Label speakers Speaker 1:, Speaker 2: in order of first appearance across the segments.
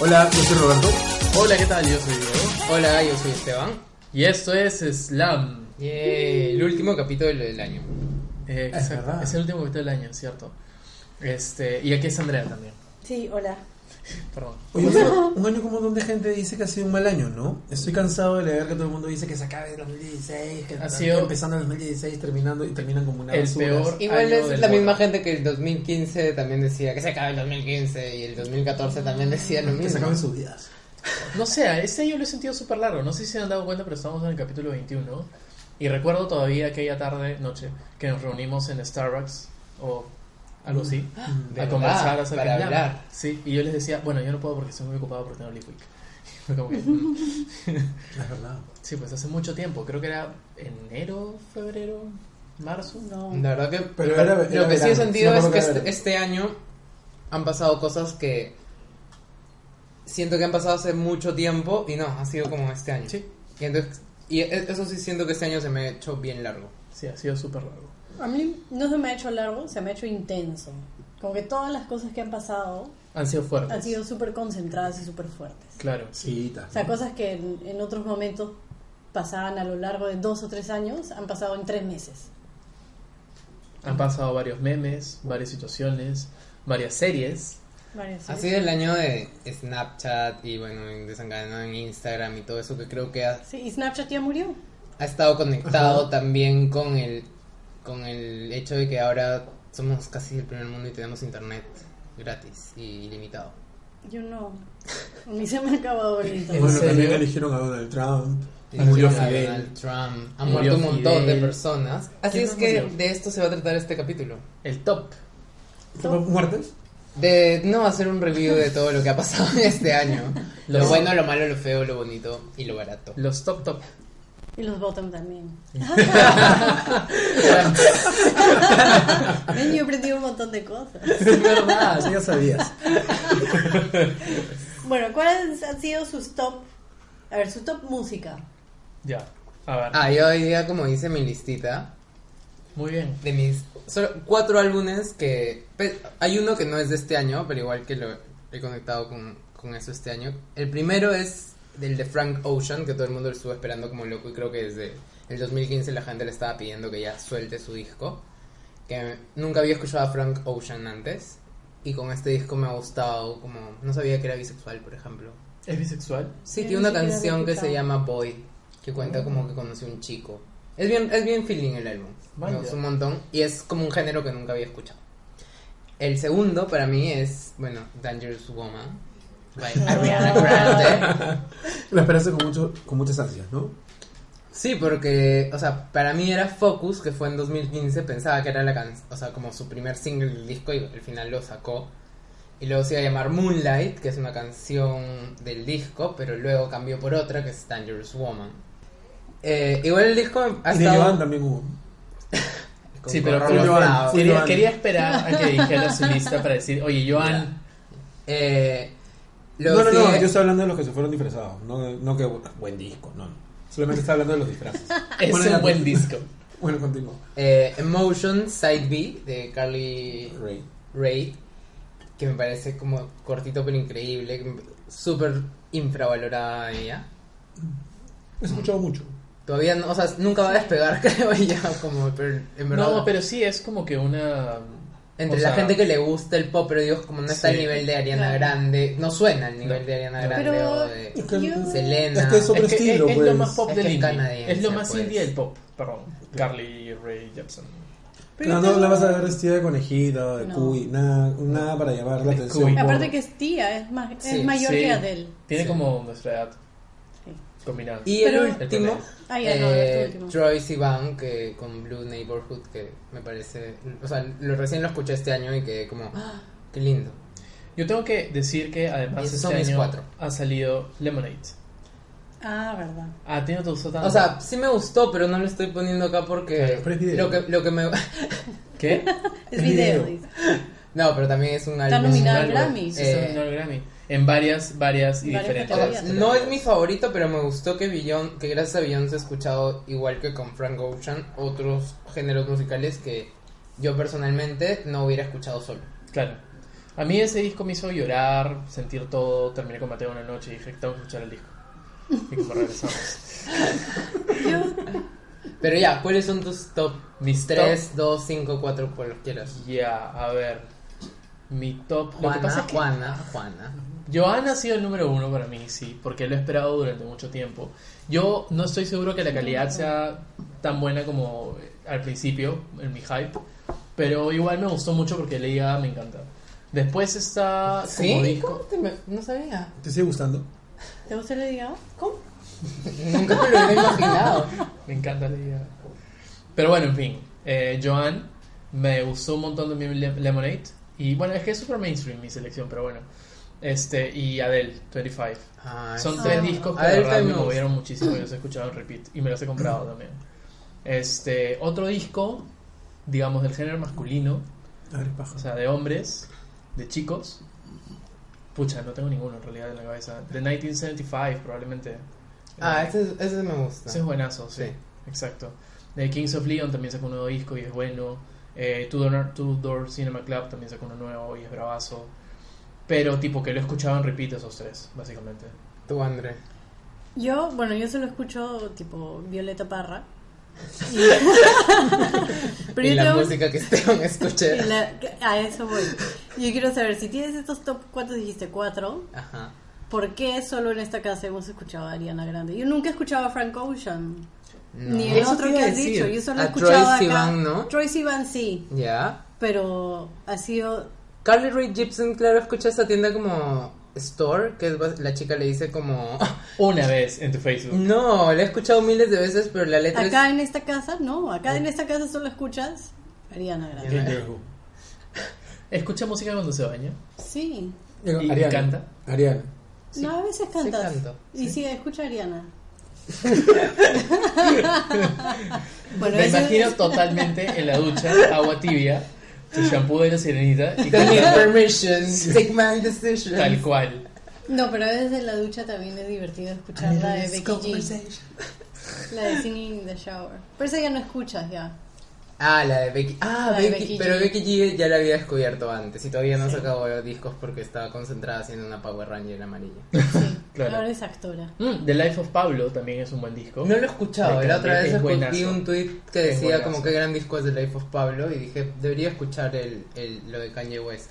Speaker 1: Hola, yo soy Roberto.
Speaker 2: Hola, ¿qué tal? Yo soy Diego.
Speaker 3: Hola, yo soy Esteban.
Speaker 2: Y esto es Slam.
Speaker 3: Yay, el último capítulo del año.
Speaker 2: Eh,
Speaker 1: Es
Speaker 2: exacto,
Speaker 1: verdad.
Speaker 2: es el último que está del año, ¿cierto? Este, y aquí es Andrea también.
Speaker 4: Sí, hola.
Speaker 2: Perdón.
Speaker 1: Oye, un año- un año que un montón de gente dice que ha sido un mal año, ¿no? Estoy cansado de leer que todo el mundo dice que se acabe el 2016, que
Speaker 2: Ha sido-
Speaker 1: empezando el 2016, terminando y terminan como una
Speaker 2: El
Speaker 1: basura.
Speaker 2: peor.
Speaker 3: Igual
Speaker 2: Año
Speaker 3: es
Speaker 2: del
Speaker 3: la misma
Speaker 2: voto.
Speaker 3: gente que el 2015 también decía que se acabe el 2015 y el 2014 también decía lo
Speaker 1: Que se
Speaker 3: mismo.
Speaker 1: acaben sus vidas.
Speaker 2: No sé, a este yo lo he sentido súper largo. No sé si se han dado cuenta, pero estamos en el capítulo 21. Y recuerdo todavía aquella tarde, noche, que nos reunimos en Starbucks o algo así.
Speaker 3: De
Speaker 1: Mm,
Speaker 2: a
Speaker 3: verdad,
Speaker 2: conversar acerca
Speaker 3: para
Speaker 2: de-
Speaker 3: hablar.
Speaker 2: Sí, y yo les decía, bueno, yo no puedo porque estoy muy ocupado por tener Liquid. Fue como que, mm.
Speaker 1: Es verdad.
Speaker 2: sí, pues hace mucho tiempo, creo que era enero, febrero, marzo.
Speaker 4: No.
Speaker 3: La verdad que
Speaker 1: Pero era-
Speaker 3: lo
Speaker 1: era
Speaker 3: que sí
Speaker 1: verano,
Speaker 3: he sentido
Speaker 1: sí me
Speaker 3: es
Speaker 1: acuerdo
Speaker 3: que
Speaker 1: que era
Speaker 3: este,
Speaker 1: verano.
Speaker 3: este año han pasado cosas que siento que han pasado hace mucho tiempo y no, ha sido como este año.
Speaker 2: Sí.
Speaker 3: Y, entonces, y e- eso sí siento que este año se me ha hecho bien largo.
Speaker 2: Sí, ha sido súper largo.
Speaker 4: A mí no se me ha hecho largo, se me ha hecho intenso. Como que todas las cosas que han pasado
Speaker 2: Han sido fuertes.
Speaker 4: han sido súper concentradas y súper fuertes.
Speaker 2: Claro.
Speaker 1: Sí,
Speaker 4: O sea, cosas que en, en otros momentos pasaban a lo largo de dos o tres años, han pasado en tres meses.
Speaker 2: Han pasado varios memes, varias situaciones, varias series.
Speaker 4: Varias
Speaker 3: Ha
Speaker 4: veces.
Speaker 3: sido el año de Snapchat y bueno, en desencadenado en Instagram y todo eso que creo que ha,
Speaker 4: Sí, y Snapchat ya murió.
Speaker 3: ha estado conectado
Speaker 1: Ajá.
Speaker 3: también con el, con el hecho de que ahora somos casi el primer mundo y tenemos internet gratis y ilimitado.
Speaker 4: Yo no. A mí se me ha acabado ahorita.
Speaker 2: ¿En
Speaker 1: Bueno,
Speaker 2: serio? Ah,
Speaker 1: también eligieron a Donald Trump.
Speaker 3: Y
Speaker 1: Murió
Speaker 3: a
Speaker 1: Fidel.
Speaker 3: Donald Trump. Ha
Speaker 2: Murió
Speaker 3: muerto un montón de
Speaker 2: Fidel.
Speaker 3: personas. Así
Speaker 2: ¿Quién
Speaker 3: es
Speaker 2: más
Speaker 3: que
Speaker 2: murió?
Speaker 3: de esto se va a tratar este capítulo.
Speaker 2: El top.
Speaker 1: ¿Fue ¿Muertes?
Speaker 3: De no hacer un review de todo lo que ha pasado en este año. Lo
Speaker 2: Los-
Speaker 3: bueno, lo malo, lo feo, lo bonito y lo barato.
Speaker 2: Los top top.
Speaker 4: Y los bottom también. Ven, Yo he aprendido un montón de cosas.
Speaker 2: es verdad.
Speaker 1: Así Ah, ya sabías.
Speaker 4: Bueno, ¿cuáles han sido sus top? A ver, su top música.
Speaker 2: Ya. A ver.
Speaker 3: Ah, yo hoy día, como hice mi listita,
Speaker 2: Muy bien.
Speaker 3: de mis solo cuatro álbumes que... pe- Hay uno que no es de este año, pero igual que lo he conectado con, con eso este año. El primero es el de Frank Ocean, que todo el mundo lo estuvo esperando como loco y creo que desde el 2015 la gente le estaba pidiendo que ya suelte su disco. Que nunca había escuchado a Frank Ocean antes y con este disco me ha gustado como... No sabía que era bisexual, por ejemplo.
Speaker 2: ¿Es bisexual?
Speaker 3: Sí,
Speaker 4: Yo
Speaker 3: tiene
Speaker 4: ni
Speaker 3: una
Speaker 4: siquiera había
Speaker 3: canción que se
Speaker 4: escuchado.
Speaker 3: llama Boy, que cuenta como que conoció un chico. Es bien, es bien feeling el álbum.
Speaker 2: Vaya.
Speaker 3: Me gustó un montón. Y es como un género que nunca había escuchado. El segundo para mí es, bueno, Dangerous Woman. by Ariana Grande.
Speaker 1: Lo esperaste con, mucho, con muchas ansias, ¿no?
Speaker 3: Sí, porque, o sea, para mí era Focus, que fue en 2015. Pensaba que era la canción, o sea, como su primer single del disco y al final lo sacó. Y luego se iba a llamar Moonlight, que es una canción del disco, pero luego cambió por otra, que es Dangerous Woman. Eh, igual el disco ha
Speaker 1: Y de Joan
Speaker 3: estado...
Speaker 1: también hubo.
Speaker 3: con
Speaker 2: Sí, pero
Speaker 3: Corro
Speaker 2: full
Speaker 1: Joan,
Speaker 3: Bravo.
Speaker 1: full
Speaker 2: Quería,
Speaker 1: Joan.
Speaker 2: quería esperar a que dijera su lista para decir, oye, Joan.
Speaker 3: Eh,
Speaker 1: No,
Speaker 3: luego
Speaker 1: no, no,
Speaker 3: sigue-
Speaker 1: yo estoy hablando de los que se fueron disfrazados. No, no que buen disco, no. no. Solamente estaba hablando de los disfraces.
Speaker 2: Es
Speaker 1: Bueno, ya,
Speaker 2: un buen
Speaker 1: pues.
Speaker 2: disco.
Speaker 1: Bueno, continúo.
Speaker 3: eh, Emotion Side B, de Carly
Speaker 1: Ray.
Speaker 3: Ray, que me parece como cortito pero increíble, que me- súper infravalorada ella.
Speaker 1: He escuchado mucho.
Speaker 3: Todavía no, o sea, nunca va a despegar, creo ella, como, pero en verdad...
Speaker 2: No, pero sí, es como que una.
Speaker 3: Entre
Speaker 2: o
Speaker 3: la
Speaker 2: sea,
Speaker 3: gente que le gusta el pop, pero Dios, como no está
Speaker 2: Sí.
Speaker 3: al nivel de Ariana
Speaker 4: Claro.
Speaker 3: Grande, no suena al nivel
Speaker 2: No.
Speaker 3: de Ariana
Speaker 2: No.
Speaker 3: Grande o de
Speaker 4: Pero
Speaker 1: Es que-
Speaker 4: yo-
Speaker 3: Selena.
Speaker 1: Es que eso-
Speaker 2: Es, que
Speaker 1: estilo,
Speaker 2: es- es
Speaker 1: pues.
Speaker 2: lo más pop
Speaker 3: Es que
Speaker 2: del
Speaker 3: es
Speaker 2: indie.
Speaker 3: canadiense,
Speaker 2: Es lo más
Speaker 3: pues.
Speaker 2: indie del pop, perdón. Carly Ray Jepsen.
Speaker 1: No, no la vas a ver vestida de conejita, de
Speaker 4: No.
Speaker 1: cuy, nada, nada para llamar la
Speaker 2: De
Speaker 1: atención.
Speaker 2: cuy.
Speaker 1: por-
Speaker 4: Aparte que es tía, es, ma- es
Speaker 3: Sí,
Speaker 4: mayor
Speaker 2: Sí,
Speaker 4: que Adele.
Speaker 2: Tiene
Speaker 3: Sí.
Speaker 2: como nuestra edad
Speaker 4: Sí.
Speaker 2: combinada.
Speaker 3: Y el
Speaker 4: Pero- El
Speaker 3: último,
Speaker 2: promedio.
Speaker 4: Ah, ya, no, a ver,
Speaker 3: eh,
Speaker 4: tu último.
Speaker 3: Troy Sivan, que con Blue Neighborhood, que me parece, o sea, lo recién lo escuché este año y que como, ¡ah! qué lindo.
Speaker 2: Yo tengo que decir que además
Speaker 3: Esos
Speaker 2: este
Speaker 3: son mis
Speaker 2: año
Speaker 3: cuatro.
Speaker 2: ha salido Lemonade.
Speaker 4: Ah, verdad.
Speaker 2: A ti no te gustó tanto.
Speaker 3: O sea, sí me gustó, pero no lo estoy poniendo acá porque
Speaker 1: Claro, pero es video.
Speaker 3: lo que lo que me
Speaker 2: ¿qué?
Speaker 4: Es
Speaker 1: Es video.
Speaker 4: video. dice.
Speaker 3: No, pero también es un álbum.
Speaker 4: nominado al
Speaker 3: álbum.
Speaker 4: Grammy.
Speaker 2: Sí, está
Speaker 3: Eh,
Speaker 2: nominado al Grammy. En varias, varias y
Speaker 4: Varias
Speaker 2: diferentes.
Speaker 3: O sea,
Speaker 4: Todavía.
Speaker 3: Eh, no es mi favorito, pero me gustó que Beyon- que gracias a Beyoncé he escuchado igual que con Frank Ocean otros géneros musicales que yo personalmente no hubiera escuchado solo.
Speaker 2: Claro. A mí ese disco me hizo llorar, sentir todo. Terminé con Mateo una noche y dije, tengo que escuchar el disco. Y como regresamos.
Speaker 3: Pero ya, ¿cuáles son tus top
Speaker 2: Mis tres.
Speaker 3: 3, 2, 5, 4 por los quieras?
Speaker 2: Ya, a ver. Mi top. Lo que
Speaker 3: Juana,
Speaker 2: pasa es que
Speaker 3: Juana, Juana.
Speaker 2: Johanna ha sido el número uno para mí, sí, porque lo he esperado durante mucho tiempo. Yo no estoy seguro que la calidad sea tan buena como eh, al principio, en mi hype, pero igual me gustó mucho porque Lady Gaga me encanta. Después está como
Speaker 3: ¿Sí?
Speaker 2: disco-
Speaker 3: ¿Cómo te me- No sabía.
Speaker 1: ¿Te sigue gustando?
Speaker 4: ¿Te gusta Lady Gaga? ¿Cómo?
Speaker 3: Nunca me lo había imaginado.
Speaker 2: Me encanta la idea. Pero bueno, en fin. Eh, Joan, me gustó un montón de mi Lem- Lemonade. Y bueno, es que es super mainstream mi selección, pero bueno. Este, y Adele, 25.
Speaker 3: Ay,
Speaker 2: Son
Speaker 4: sí.
Speaker 2: tres discos que
Speaker 3: Adele
Speaker 2: de verdad me
Speaker 3: también me gusta.
Speaker 2: movieron muchísimo. Yo los he escuchado en repeat y me los he comprado también. Este, otro disco, digamos, del género masculino,
Speaker 1: A ver, paja.
Speaker 2: o sea, de hombres, de chicos. Pucha, no tengo ninguno en realidad en la cabeza. De 1975, probablemente.
Speaker 3: Ah,
Speaker 2: Eh,
Speaker 3: ese, ese me gusta.
Speaker 2: ese es buenazo, sí.
Speaker 3: Sí.
Speaker 2: Exacto. De Kings of Leon también sacó un nuevo disco y es bueno. Eh, Two, Door, Two Door Cinema Club también sacó uno nuevo y es bravazo. Pero tipo que lo he escuchado en repeat esos tres, básicamente.
Speaker 3: Tú, André.
Speaker 4: Yo, bueno, yo solo escucho tipo Violeta Parra. Y- Pero
Speaker 3: y
Speaker 4: yo
Speaker 3: la
Speaker 4: tengo-
Speaker 3: música que Esteban escuché.
Speaker 4: y la- A eso voy. Yo quiero saber, si tienes estos top, ¿cuántos dijiste? ¿Cuatro?
Speaker 3: Ajá.
Speaker 4: ¿Por qué solo en esta casa hemos escuchado a Ariana Grande? Yo nunca escuchaba a Frank Ocean.
Speaker 3: No.
Speaker 4: Ni el
Speaker 2: Eso
Speaker 4: otro
Speaker 2: te iba
Speaker 4: que
Speaker 2: a
Speaker 4: has
Speaker 2: decir.
Speaker 4: dicho. Yo solo
Speaker 3: A
Speaker 4: he escuchado
Speaker 3: Troye
Speaker 4: acá.
Speaker 3: Sivan, ¿no?
Speaker 4: Troye Sivan sí.
Speaker 3: Ya.
Speaker 4: Pero ha sido...
Speaker 3: Carly Rae Jepsen, claro, escucha esa tienda como Store, que es bas- la chica le dice como...
Speaker 2: Una vez en tu
Speaker 3: Mm.
Speaker 2: Facebook.
Speaker 3: No, la he escuchado miles de veces, pero la letra
Speaker 4: Acá
Speaker 3: es...
Speaker 4: en esta casa, no. Acá en esta casa solo escuchas a Ariana Grande.
Speaker 1: Danger Who.
Speaker 2: Escucha música cuando se baña.
Speaker 4: Sí.
Speaker 2: Y canta.
Speaker 1: Eh, Ariana.
Speaker 4: No, a veces cantas.
Speaker 3: canto,
Speaker 4: y sí, escucha a Ariana. bueno,
Speaker 2: Me
Speaker 4: eso
Speaker 2: imagino
Speaker 4: es-
Speaker 2: totalmente en la ducha, agua tibia, tu shampoo de la sirenita y
Speaker 3: Don't need
Speaker 2: cantando
Speaker 3: permission, take my decision.
Speaker 2: tal cual.
Speaker 4: No, pero desde la ducha también es divertido escuchar la de Becky G. La de Singing in the Shower. Pero esa ya no escuchas, ya.
Speaker 3: Ah, la de Becky. Ah,
Speaker 4: La de
Speaker 3: Becky,
Speaker 4: Becky G.
Speaker 3: pero Becky G ya la había descubierto antes y todavía no sacaba discos porque estaba concentrada haciendo una Power Ranger amarilla.
Speaker 4: Sí.
Speaker 2: Claro.
Speaker 4: Ahora es actora.
Speaker 2: Mm, The Life of Pablo también es un buen disco.
Speaker 3: No lo he escuchado,
Speaker 2: Porque
Speaker 3: la otra vez
Speaker 2: es buenazo.
Speaker 3: escuché un tweet que
Speaker 2: Es
Speaker 3: decía
Speaker 2: buenazo.
Speaker 3: como qué gran disco es The Life of Pablo y dije, debería escuchar el, el- lo de Kanye West,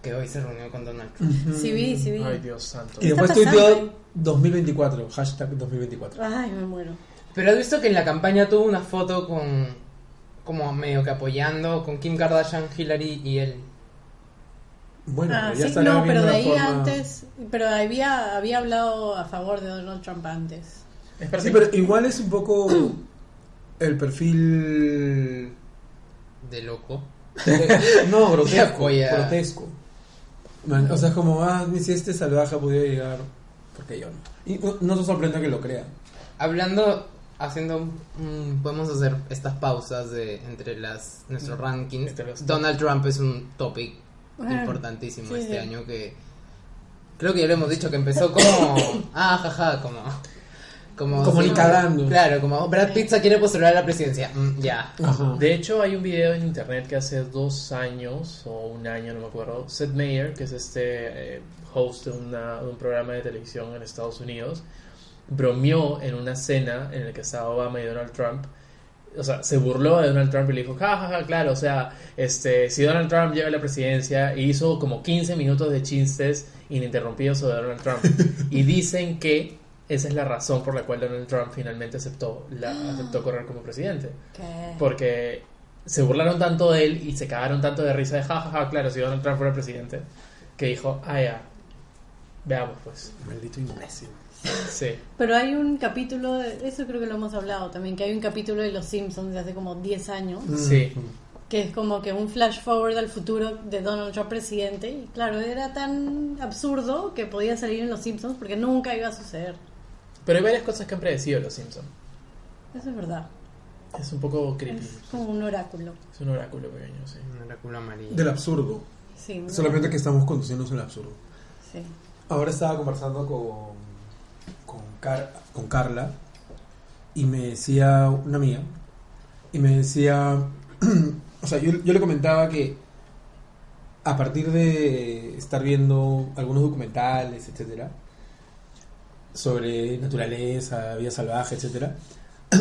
Speaker 3: que hoy se reunió con Donald Trump.
Speaker 1: Mm.
Speaker 4: Sí vi, sí vi.
Speaker 2: Ay, Dios santo.
Speaker 1: Y después
Speaker 4: pasando?
Speaker 1: tuiteó 2024, hashtag 2024.
Speaker 4: Ay, me muero.
Speaker 3: Pero has visto que en la campaña tuvo una foto con, como medio que apoyando, con Kim Kardashian, Hillary y él.
Speaker 1: Bueno,
Speaker 4: Ah,
Speaker 1: pero ya
Speaker 4: sí,
Speaker 1: estará
Speaker 4: no, pero
Speaker 1: viendo
Speaker 4: de
Speaker 1: la
Speaker 4: ahí
Speaker 1: forma-
Speaker 4: antes. Pero había, había hablado a favor de Donald Trump antes.
Speaker 2: Es
Speaker 1: Sí,
Speaker 2: perfecto.
Speaker 1: pero igual es un poco el perfil.
Speaker 3: De loco.
Speaker 1: No,
Speaker 3: Ya,
Speaker 1: grotesco.
Speaker 3: pues, ya.
Speaker 1: grotesco. Man, o sea, es como, ah, si este salvaje pudiera llegar, porque yo no. Y no, no se sorprenda que lo crea.
Speaker 3: Hablando, haciendo, mm, podemos hacer estas pausas de entre las nuestros rankings.
Speaker 2: Mm, Entre los top.
Speaker 3: Donald Trump es un topic
Speaker 4: Bueno,
Speaker 3: importantísimo
Speaker 4: sí,
Speaker 3: este
Speaker 4: sí.
Speaker 3: año que creo que ya lo hemos dicho que empezó como ah jaja como como
Speaker 1: Como ni cagando.
Speaker 3: Claro, como Brad Pitt se quiere postular a la presidencia. Mm, ya.
Speaker 1: Ajá.
Speaker 2: De hecho, hay un video en internet que hace dos años o un año, no me acuerdo. Seth Meyer, que es este eh, host de, una- de un programa de televisión en Estados Unidos, bromeó en una cena en la que estaba Obama y Donald Trump. O sea, se burló de Donald Trump y le dijo, ja, ja, ja, claro, o sea, este, si Donald Trump llega a la presidencia, y hizo como 15 minutos de chistes ininterrumpidos sobre Donald Trump. y dicen que esa es la razón por la cual Donald Trump finalmente aceptó, la, aceptó correr como presidente.
Speaker 4: ¿Qué?
Speaker 2: Porque se burlaron tanto de él y se cagaron tanto de risa de jajaja, claro, si Donald Trump fuera presidente, que dijo, ah, ya, veamos pues.
Speaker 1: Maldito imbécil.
Speaker 2: Sí.
Speaker 4: Pero hay un capítulo, de- eso creo que lo hemos hablado también, que hay un capítulo de Los Simpsons de hace como 10 años,
Speaker 2: Sí.
Speaker 1: Mm.
Speaker 4: que es como que un flash forward al futuro de Donald Trump presidente, y claro, era tan absurdo que podía salir en Los Simpsons porque nunca iba a suceder.
Speaker 2: Pero hay varias cosas que han predecido los Simpsons.
Speaker 4: Eso es verdad,
Speaker 2: Es un poco creepy.
Speaker 4: es como un oráculo.
Speaker 2: Es un oráculo pequeño, sí.
Speaker 3: Un oráculo amarillo.
Speaker 1: Del absurdo.
Speaker 4: Sí, un
Speaker 1: Solamente que estamos conduciéndonos al absurdo.
Speaker 4: oráculo, sí.
Speaker 1: Ahora estaba conversando con, con, Car- con Carla y me decía una amiga, y me decía, O sea, yo, yo le comentaba que a partir de estar viendo algunos documentales, etcétera, sobre naturaleza, vida salvaje, etcétera,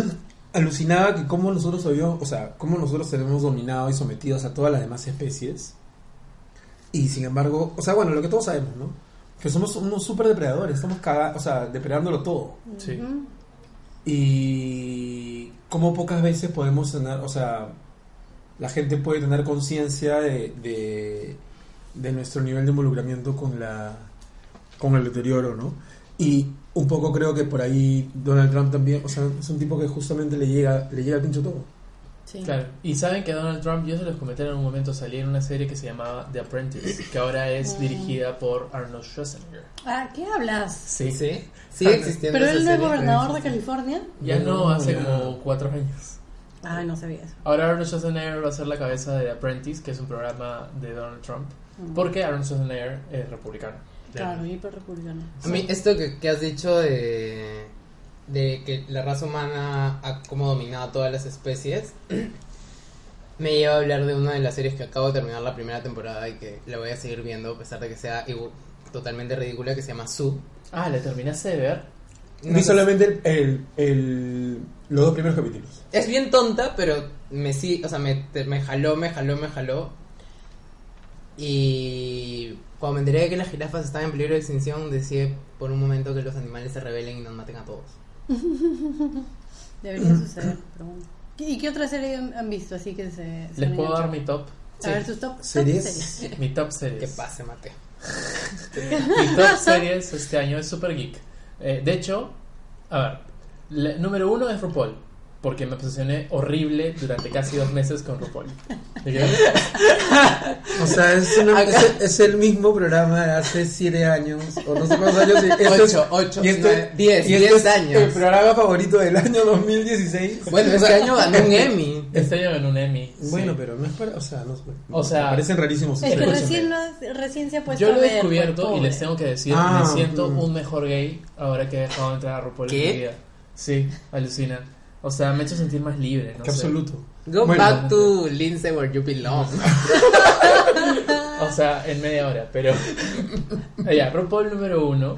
Speaker 1: alucinaba que cómo nosotros habíamos, o sea, cómo nosotros tenemos dominado y sometidos a todas las demás especies. Y sin embargo, o sea, bueno, lo que todos sabemos, ¿no? Que somos unos super depredadores, estamos caga- o sea, depredándolo todo.
Speaker 2: Sí.
Speaker 4: Ujú.
Speaker 1: Y como pocas veces podemos tener, o sea, la gente puede tener conciencia de, de, de nuestro nivel de involucramiento con la con el deterioro, ¿no? Y un poco creo que por ahí Donald Trump también, o sea, es un tipo que justamente le llega le llega al pincho todo.
Speaker 4: Sí.
Speaker 2: Claro, y saben que Donald Trump, yo se los comenté en un momento, salía en una serie que se llamaba The Apprentice, que ahora es
Speaker 4: Mm.
Speaker 2: dirigida por Arnold Schwarzenegger.
Speaker 4: Ah, ¿qué hablas?
Speaker 2: Sí,
Speaker 3: Sí, sigue existiendo.
Speaker 4: ¿Pero
Speaker 3: esa
Speaker 4: él no es
Speaker 3: serie.
Speaker 4: gobernador de California?
Speaker 2: Ya no, hace
Speaker 1: Ya.
Speaker 2: como cuatro años.
Speaker 4: Ah, no sabía eso.
Speaker 2: Ahora Arnold Schwarzenegger va a ser la cabeza de The Apprentice, que es un programa de Donald Trump,
Speaker 4: Mm.
Speaker 2: porque Arnold Schwarzenegger es republicano.
Speaker 4: Claro, y por republicano.
Speaker 3: A mí, esto que, que has dicho de, de que la raza humana ha como dominado todas las especies, me lleva a hablar de una de las series que acabo de terminar la primera temporada y que la voy a seguir viendo, a pesar de que sea igu- totalmente ridícula, que se llama Sue.
Speaker 2: Ah, ¿la terminaste de ver?
Speaker 3: No
Speaker 1: Vi
Speaker 3: sé-
Speaker 1: solamente el, el- el- los dos primeros capítulos.
Speaker 3: Es bien tonta, pero me sí, o sea, me, te- me jaló, me jaló, me jaló. Y cuando me enteré de que las jirafas estaban en peligro de extinción, decidí por un momento que los animales se rebelen y nos maten a todos.
Speaker 4: Debería suceder, pero bueno. ¿Qué- ¿Y qué otra serie han han visto así que se... se
Speaker 2: Les
Speaker 4: han
Speaker 2: puedo dar
Speaker 4: enganchado?
Speaker 2: mi top,
Speaker 4: A ver, tus top top
Speaker 1: Series.
Speaker 4: series.
Speaker 2: mi top series.
Speaker 3: Que pase, Mateo.
Speaker 2: Mi top series este año es Super Geek. Eh, de hecho, a ver, la- número uno es RuPaul, porque me obsesioné horrible durante casi dos meses con RuPaul. ¿Ok?
Speaker 1: O sea, es, una- es el- es el mismo programa de hace 7 años, o no sé cuántos años. y esto es-
Speaker 3: Ocho, ocho,
Speaker 1: y esto-
Speaker 3: nueve, diez,
Speaker 1: y esto es
Speaker 3: diez
Speaker 1: eh,
Speaker 3: años.
Speaker 1: El programa favorito del año 2016.
Speaker 3: Bueno, ese año ganó un Emmy.
Speaker 2: Este año ganó un Emmy. sí.
Speaker 1: Bueno, pero no es para. O sea, no es para-
Speaker 2: O sea,
Speaker 1: me parecen rarísimos.
Speaker 4: Es que
Speaker 2: Escúchame.
Speaker 4: recién, lo has- recién se ha puesto
Speaker 2: Yo lo
Speaker 4: a
Speaker 2: he
Speaker 4: ver,
Speaker 2: descubierto
Speaker 4: pues,
Speaker 2: y les
Speaker 4: pobre.
Speaker 2: tengo que decir,
Speaker 1: Ah,
Speaker 2: me siento
Speaker 1: mm.
Speaker 2: un mejor gay ahora que he dejado de entrar a RuPaul en
Speaker 3: ¿Qué?
Speaker 2: mi vida. Sí, alucina. O sea, me ha hecho sentir más libre, no
Speaker 1: Que
Speaker 2: sé.
Speaker 1: absoluto.
Speaker 3: Go
Speaker 1: Bueno.
Speaker 3: back to Lindsay where you belong.
Speaker 2: O sea, en media hora, pero. Ah, ya, RuPaul número uno.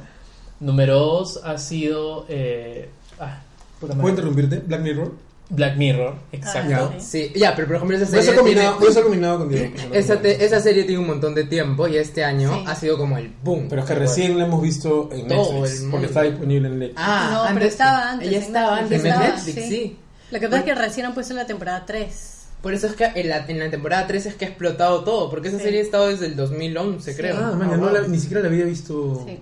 Speaker 2: Número dos ha sido. Eh... Ah, puta
Speaker 1: ¿Puedo
Speaker 2: madre.
Speaker 1: interrumpirte? Black Mirror.
Speaker 2: Black Mirror,
Speaker 1: Ya.
Speaker 2: exacto.
Speaker 4: ok.
Speaker 3: Sí, ya, pero por ejemplo esa
Speaker 1: Voy a ser
Speaker 3: serie tiene...
Speaker 1: combinado, voy a ser combinado con Diego.
Speaker 3: Esa, te- esa serie tiene un montón de tiempo y este año
Speaker 4: Sí.
Speaker 3: ha sido como el boom.
Speaker 1: Pero es que recién la hemos visto en
Speaker 3: Todo el
Speaker 1: Netflix.
Speaker 3: mundo.
Speaker 1: Porque está disponible en Netflix.
Speaker 3: Ah,
Speaker 4: No, pero
Speaker 3: antes-
Speaker 4: estaba antes,
Speaker 3: Ella
Speaker 4: en
Speaker 3: estaba antes
Speaker 4: Netflix.
Speaker 3: en
Speaker 4: Estaba,
Speaker 3: Netflix,
Speaker 4: sí.
Speaker 3: sí.
Speaker 4: Lo que pasa es que recién han puesto la temporada 3.
Speaker 3: Por eso es que en la, en la temporada 3 es que ha explotado todo, porque esa
Speaker 4: Sí.
Speaker 3: serie ha estado desde el 2011, creo.
Speaker 1: Ah, man,
Speaker 3: Ah,
Speaker 1: no
Speaker 3: wow.
Speaker 1: la- ni siquiera la había
Speaker 3: Uh.
Speaker 1: visto.
Speaker 4: Sí.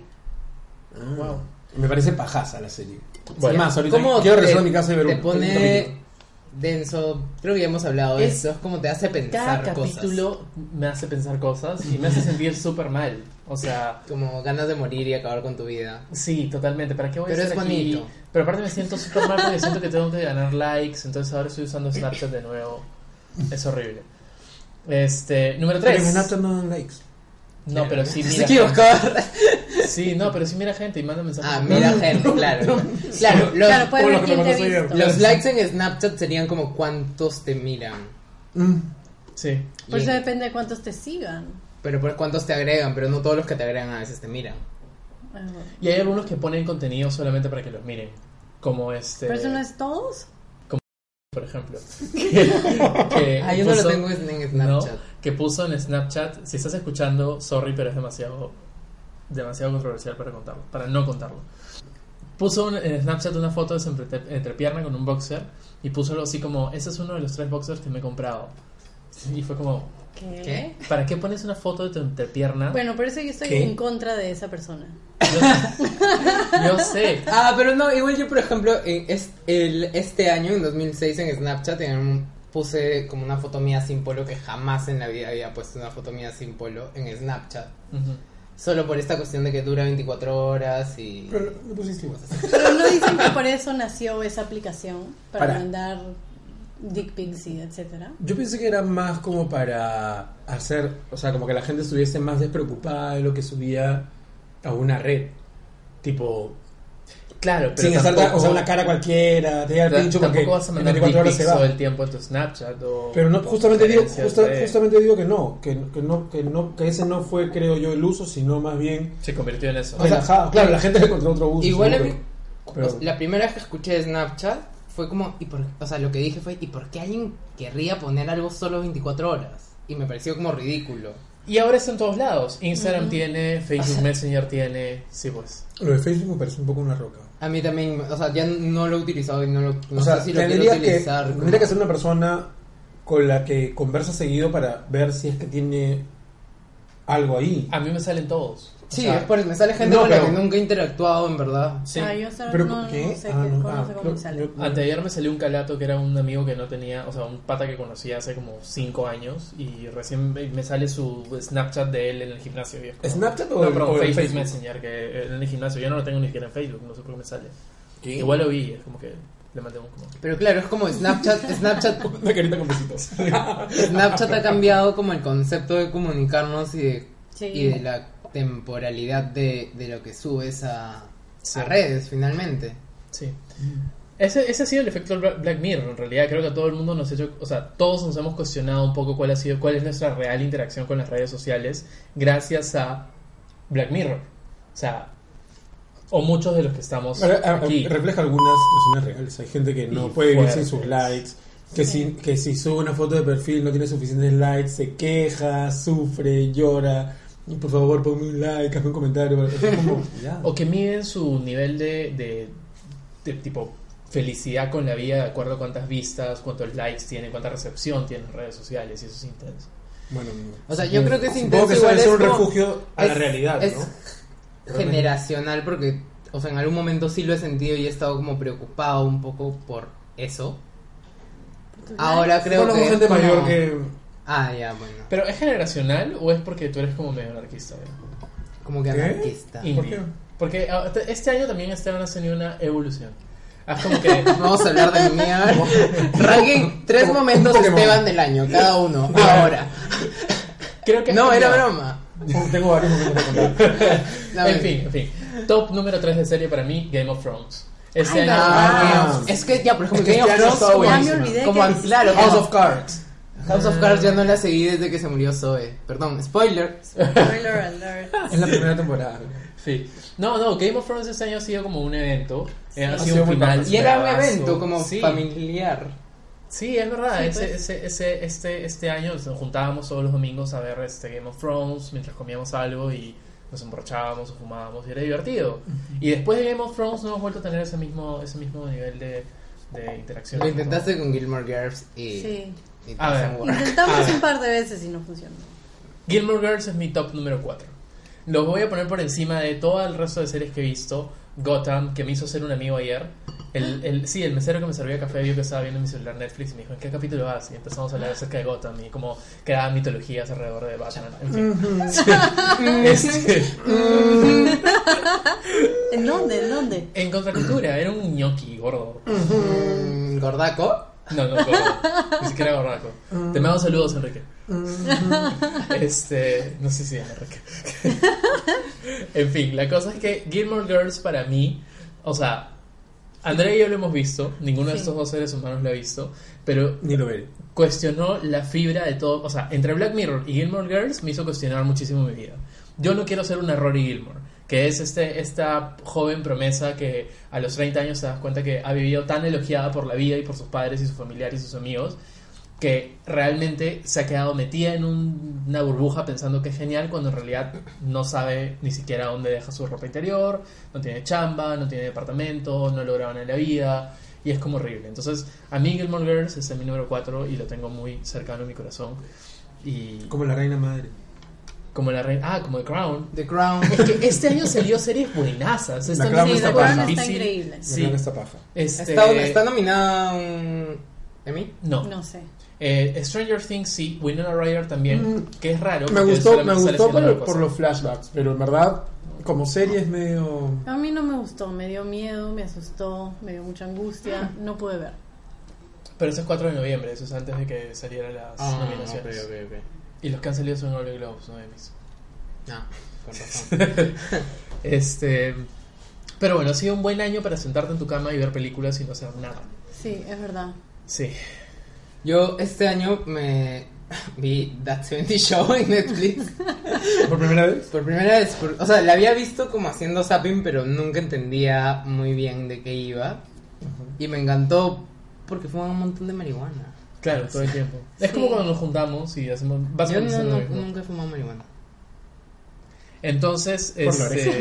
Speaker 1: Ah, Me parece pajaza la serie.
Speaker 2: Bueno,
Speaker 1: Es más, ahorita
Speaker 3: ¿Cómo
Speaker 1: quiero
Speaker 3: te-
Speaker 1: regresar a mi casa y ver
Speaker 3: Te
Speaker 1: un- un
Speaker 3: pone
Speaker 1: capítulo.
Speaker 3: denso, creo que ya hemos hablado de
Speaker 2: Es-
Speaker 3: eso, es como te hace pensar
Speaker 2: Cada
Speaker 3: cosas.
Speaker 2: capítulo me hace pensar cosas y me hace sentir súper mal. O sea,
Speaker 3: Como ganas de morir y acabar con tu vida.
Speaker 2: sí, totalmente. ¿Para qué voy
Speaker 3: Pero
Speaker 2: a estar
Speaker 3: es
Speaker 2: aquí?
Speaker 3: bonito.
Speaker 2: Pero aparte me siento súper mal porque siento que tengo que ganar likes. Entonces ahora estoy usando Snapchat de nuevo. Es horrible. Este, número
Speaker 1: Pero en
Speaker 2: 3.
Speaker 1: Snapchat no dan likes.
Speaker 2: No, pero sí,
Speaker 3: Se
Speaker 2: mira.
Speaker 3: equivocó.
Speaker 2: Sí, no, pero sí mira gente y manda mensajes.
Speaker 3: Ah, mira gente, claro. Claro, los,
Speaker 4: claro, puedes
Speaker 1: o lo
Speaker 4: ver
Speaker 1: que
Speaker 4: quién te
Speaker 1: conocí
Speaker 4: ha
Speaker 1: ayer.
Speaker 4: visto.
Speaker 3: los likes en Snapchat serían como cuántos te miran.
Speaker 1: Mm.
Speaker 2: Sí.
Speaker 4: Por
Speaker 3: Y-
Speaker 4: eso depende de cuántos te sigan.
Speaker 3: Pero por cuántos te agregan, pero no todos los que te agregan a veces te miran.
Speaker 4: Ah, bueno.
Speaker 2: Y hay algunos que ponen contenido solamente para que los miren. Como este.
Speaker 4: ¿Pero eso no es todos?
Speaker 2: Por ejemplo. Que, que
Speaker 3: Ah, yo no lo
Speaker 2: puso-
Speaker 3: tengo en en
Speaker 2: ¿no?
Speaker 3: Snapchat.
Speaker 2: que puso en Snapchat, si estás escuchando, sorry, pero es demasiado demasiado controversial para contarlo, para no contarlo. Puso un- en Snapchat una foto de su entre- entrepierna con un boxer y puso algo así como, ese es uno de los tres boxers que me he comprado. Y fue como,
Speaker 4: ¿Qué?
Speaker 3: ¿Qué?
Speaker 2: ¿para qué pones una foto de tu entrepierna?
Speaker 4: Bueno, por eso yo estoy
Speaker 1: ¿Qué?
Speaker 4: en contra de esa persona.
Speaker 2: Yo, yo sé.
Speaker 3: Ah, pero no, igual yo, por ejemplo, en es- el, este año, en 2006, en Snapchat, en un- puse como una foto mía sin polo, que jamás en la vida había puesto una foto mía sin polo en Snapchat.
Speaker 2: Ujú.
Speaker 3: Solo por esta cuestión de que dura 24 horas y...
Speaker 1: Pero lo pusiste igual.
Speaker 4: Pero no dicen que por eso nació esa aplicación para,
Speaker 1: Para.
Speaker 4: mandar dick pics y etcétera.
Speaker 1: Yo pensé que era más como para hacer, o sea, como que la gente estuviese más despreocupada de lo que subía a una red. Tipo,
Speaker 2: Claro, pero
Speaker 1: Sin estar
Speaker 2: tampoco,
Speaker 1: o sea, una cara cualquiera, te llega
Speaker 2: ta-
Speaker 1: el pincho porque
Speaker 2: tampoco vas a
Speaker 1: en
Speaker 2: mandar
Speaker 1: 24 horas
Speaker 2: dick
Speaker 1: se
Speaker 2: pics todo
Speaker 1: va.
Speaker 2: el tiempo en tu Snapchat o
Speaker 1: Pero no,
Speaker 2: o
Speaker 1: justamente, digo,
Speaker 2: sugerencias
Speaker 1: justa-
Speaker 2: de-
Speaker 1: justamente digo que no, que, que no, que no, que ese no fue, creo yo, el uso, sino más bien
Speaker 2: se convirtió en eso.
Speaker 3: O sea,
Speaker 1: relajado. Claro, la gente le encontró otro uso.
Speaker 3: Igual a
Speaker 1: seguro.
Speaker 3: mí-
Speaker 1: Pero-
Speaker 3: o sea, la primera vez que escuché de Snapchat fue como, ¿y por, o sea, lo que dije fue, ¿y por qué alguien querría poner algo solo 24 horas? Y me pareció como ridículo.
Speaker 2: y ahora está en todos lados. Instagram
Speaker 4: Ujú.
Speaker 2: tiene, Facebook Messenger tiene, sí pues.
Speaker 1: Lo de Facebook me parece un poco una roca.
Speaker 3: A mí también, o sea, ya no lo he utilizado y no lo no
Speaker 1: o sea,
Speaker 3: sé si lo quiero
Speaker 1: tendría, que,
Speaker 3: utilizar. como-
Speaker 1: tendría que ser una persona con la que conversa seguido para ver si es que tiene algo ahí.
Speaker 2: A mí me salen todos. O
Speaker 3: Sí,
Speaker 2: sea,
Speaker 3: es por, me sale gente
Speaker 1: no,
Speaker 3: con la
Speaker 1: pero-
Speaker 3: que nunca he interactuado, en verdad.
Speaker 2: sí.
Speaker 4: Ah, yo solo
Speaker 1: Pero,
Speaker 4: no,
Speaker 1: ¿qué?
Speaker 4: no sé,
Speaker 1: Ah,
Speaker 4: qué-
Speaker 1: no,
Speaker 4: no
Speaker 1: ah,
Speaker 4: sé cómo
Speaker 1: creo-
Speaker 4: sale.
Speaker 1: yo-
Speaker 2: Anteayer me salió un calato que era un amigo que no tenía, o sea, un pata que conocí hace como 5 años y recién me me sale su Snapchat de él en el gimnasio. y es como-
Speaker 1: ¿Snapchat o
Speaker 2: No,
Speaker 1: el-
Speaker 2: perdón,
Speaker 1: o el
Speaker 2: Facebook,
Speaker 1: Facebook?
Speaker 2: Messenger, que en el gimnasio. Yo no lo tengo ni siquiera en Facebook, no sé por qué me sale.
Speaker 1: ¿Qué?
Speaker 2: Igual lo vi, y es como que le mandé un como.
Speaker 3: Pero claro, es como Snapchat, Snapchat,
Speaker 1: Una carita con besitos.
Speaker 3: Snapchat ha cambiado como el concepto de comunicarnos y de,
Speaker 4: Sí.
Speaker 3: y de la temporalidad de, de lo que subes a,
Speaker 2: Sí.
Speaker 3: a redes, finalmente.
Speaker 2: Sí. Ese, ese ha sido el efecto Bla- Black Mirror, en realidad. Creo que a todo el mundo nos ha hecho, o sea, todos nos hemos cuestionado un poco cuál ha sido, cuál es nuestra real interacción con las redes sociales gracias a Black Mirror. O sea, o muchos de los que estamos
Speaker 1: Ahora, ah,
Speaker 2: aquí.
Speaker 1: Refleja algunas situaciones reales. Hay gente que no
Speaker 2: Y
Speaker 1: puede vivir sin
Speaker 2: fuertes.
Speaker 1: sus likes. Que si, que si sube una foto de perfil no tiene suficientes likes, se queja, sufre, llora. Y por favor, ponme un like, hazme un comentario. Es como, ya.
Speaker 2: O que miden su nivel de, de, de tipo felicidad con la vida de acuerdo a cuántas vistas, cuántos likes tiene, cuánta recepción tiene en redes sociales, y eso es intenso.
Speaker 1: Bueno,
Speaker 3: O sea, yo creo que es
Speaker 1: supongo
Speaker 3: intenso,
Speaker 1: que suele
Speaker 3: igual es
Speaker 1: ser un
Speaker 3: como-
Speaker 1: refugio a la
Speaker 3: es-
Speaker 1: realidad,
Speaker 3: es-
Speaker 1: ¿no? Realmente.
Speaker 3: Generacional, porque, o sea, en algún momento sí lo he sentido y he estado como preocupado un poco por eso. Ahora creo
Speaker 1: Bueno,
Speaker 3: que.
Speaker 1: con
Speaker 3: es
Speaker 1: gente
Speaker 3: como-
Speaker 1: mayor que...
Speaker 3: Ah, ya, bueno.
Speaker 2: ¿Pero es generacional o es porque tú eres como medio anarquista? eh?
Speaker 3: Como que
Speaker 1: ¿Qué?
Speaker 3: anarquista.
Speaker 2: Indie.
Speaker 1: ¿Por qué?
Speaker 2: Porque ah, te- este año también Esteban ha tenido una evolución. Es como que
Speaker 3: Vamos a hablar de mierda. Ranking tres
Speaker 1: Como-
Speaker 3: momentos
Speaker 1: un Pokémon.
Speaker 3: Esteban del año, cada uno. Ahora.
Speaker 2: creo que
Speaker 3: No, era
Speaker 2: broma
Speaker 3: broma.
Speaker 1: Tengo varios momentos que contar.
Speaker 3: No,
Speaker 2: En fin, en fin. Top número 3 de serie para mí, Game of Thrones. Este
Speaker 4: Ay,
Speaker 2: año
Speaker 1: Ah.
Speaker 3: Ah, es que ya, por ejemplo,
Speaker 1: Es que
Speaker 3: Game
Speaker 1: ya
Speaker 3: of
Speaker 1: no
Speaker 3: Thrones,
Speaker 1: estaba
Speaker 3: como-
Speaker 1: buenísima.
Speaker 4: Ya me olvidé
Speaker 3: como-
Speaker 4: que existía.
Speaker 3: claro,
Speaker 1: House
Speaker 3: como-
Speaker 1: of Cards.
Speaker 3: House of Cards ya no la seguí desde que se murió Zoe. Perdón, spoiler.
Speaker 4: Spoiler alert.
Speaker 1: Es la primera temporada.
Speaker 2: Sí. No, no, Game of Thrones este año ha sido como un evento. Eh, ha,
Speaker 1: ha
Speaker 2: sido
Speaker 1: sido
Speaker 2: un
Speaker 1: muy
Speaker 2: final.
Speaker 1: bacán.
Speaker 3: Y era un
Speaker 2: bravazo.
Speaker 3: evento como
Speaker 2: sí,
Speaker 3: familiar.
Speaker 2: Sí, es verdad.
Speaker 4: Sí,
Speaker 2: ese,
Speaker 4: pues.
Speaker 2: ese- ese- este, este año nos juntábamos todos los domingos a ver este Game of Thrones mientras comíamos algo y nos emborrachábamos o fumábamos y era divertido. Y después de Game of Thrones no hemos vuelto a tener ese mismo, ese mismo nivel de, de interacción.
Speaker 3: Lo intentaste con Gilmore Girls y.
Speaker 4: Sí.
Speaker 3: y
Speaker 2: A ver.
Speaker 3: Thousand Words.
Speaker 4: Intentamos un par de veces y no funcionó.
Speaker 2: Gilmore Girls es mi top número 4. Los voy a poner por encima de todo el resto de series que he visto. Gotham, que me hizo ser un amigo ayer. El, el- sí, el mesero que me servía café vio que estaba viendo en mi celular Netflix y me dijo, ¿en qué capítulo vas? Y empezamos a hablar acerca de Gotham y cómo creaban mitologías alrededor de Batman. En fin. Sí. Este,
Speaker 4: ¿En dónde? ¿En dónde?
Speaker 2: en contracultura, era un ñoqui gordo.
Speaker 3: Mm, Gordaco.
Speaker 2: No, no, gordo. Ni siquiera gorraco. Te mando saludos, Enrique. Este, no sé si es Enrique. en fin, la cosa es que Gilmore Girls para mí, o sea, Andrea y yo lo hemos visto, ninguno de
Speaker 4: Sí.
Speaker 2: estos dos seres humanos lo ha visto, pero
Speaker 1: Ni lo veré.
Speaker 2: cuestionó la fibra de todo, o sea, entre Black Mirror y Gilmore Girls me hizo cuestionar muchísimo mi vida. Yo no quiero ser una Rory Gilmore, que es este, esta joven promesa que a los 30 años te das cuenta que ha vivido tan elogiada por la vida y por sus padres y sus familiares y sus amigos, que realmente se ha quedado metida en un- una burbuja pensando que es genial cuando en realidad no sabe ni siquiera dónde deja su ropa interior, no tiene chamba, no tiene departamento, no logra nada en la vida y es como horrible. Entonces, a mí Gilmore Girls es mi número 4 y lo tengo muy cercano en mi corazón. Y
Speaker 1: Como la reina madre.
Speaker 2: como la reina, ah, como The Crown.
Speaker 3: The Crown.
Speaker 2: Es que este año salió series buenazas. Este Esta
Speaker 1: La Crown está
Speaker 2: misma
Speaker 4: Sí, The
Speaker 2: temporada
Speaker 4: Crown está
Speaker 2: difícil.
Speaker 4: increíble.
Speaker 1: La
Speaker 2: Sí.
Speaker 1: reina está paja.
Speaker 2: Este,
Speaker 3: Está, está nominada a un. ¿Emmy?
Speaker 2: no.
Speaker 4: No sé.
Speaker 2: Eh, Stranger Things sí, Winona Ryder también,
Speaker 1: Mm.
Speaker 2: que es raro.
Speaker 1: Me
Speaker 2: porque
Speaker 1: gustó, me
Speaker 2: solamente sale
Speaker 1: gustó por,
Speaker 2: haciendo
Speaker 1: lo-
Speaker 2: una
Speaker 1: por
Speaker 2: cosa.
Speaker 1: los flashbacks, pero en verdad, como serie es medio...
Speaker 4: A mí no me gustó, me dio miedo, me asustó, me dio mucha angustia, no pude ver.
Speaker 2: Pero eso es 4 de noviembre, eso es antes de que salieran las
Speaker 3: Ah,
Speaker 2: nominaciones.
Speaker 3: ok, ok, ok.
Speaker 2: Y los que han salido son Golden
Speaker 3: Ah.
Speaker 2: Globes, no Emmys.
Speaker 3: No, con razón.
Speaker 2: Este. Pero bueno, ha sido un buen año para sentarte en tu cama y ver películas y no hacer nada.
Speaker 4: Sí, es verdad.
Speaker 2: Sí.
Speaker 3: Yo este año me vi That 70 Show en Netflix.
Speaker 1: ¿Por primera vez?
Speaker 3: Por primera vez, por- o sea, la había visto como haciendo zapping, pero nunca entendía muy bien de qué iba. Y me encantó porque fumaban un montón de marihuana.
Speaker 2: Claro, todo el tiempo. Es
Speaker 4: Sí.
Speaker 2: como cuando nos juntamos y hacemos
Speaker 3: Yo
Speaker 2: básicamente
Speaker 3: no,
Speaker 2: lo
Speaker 3: no-
Speaker 2: mismo.
Speaker 3: nunca he fumado marihuana.
Speaker 2: Entonces,
Speaker 1: Por la
Speaker 2: este,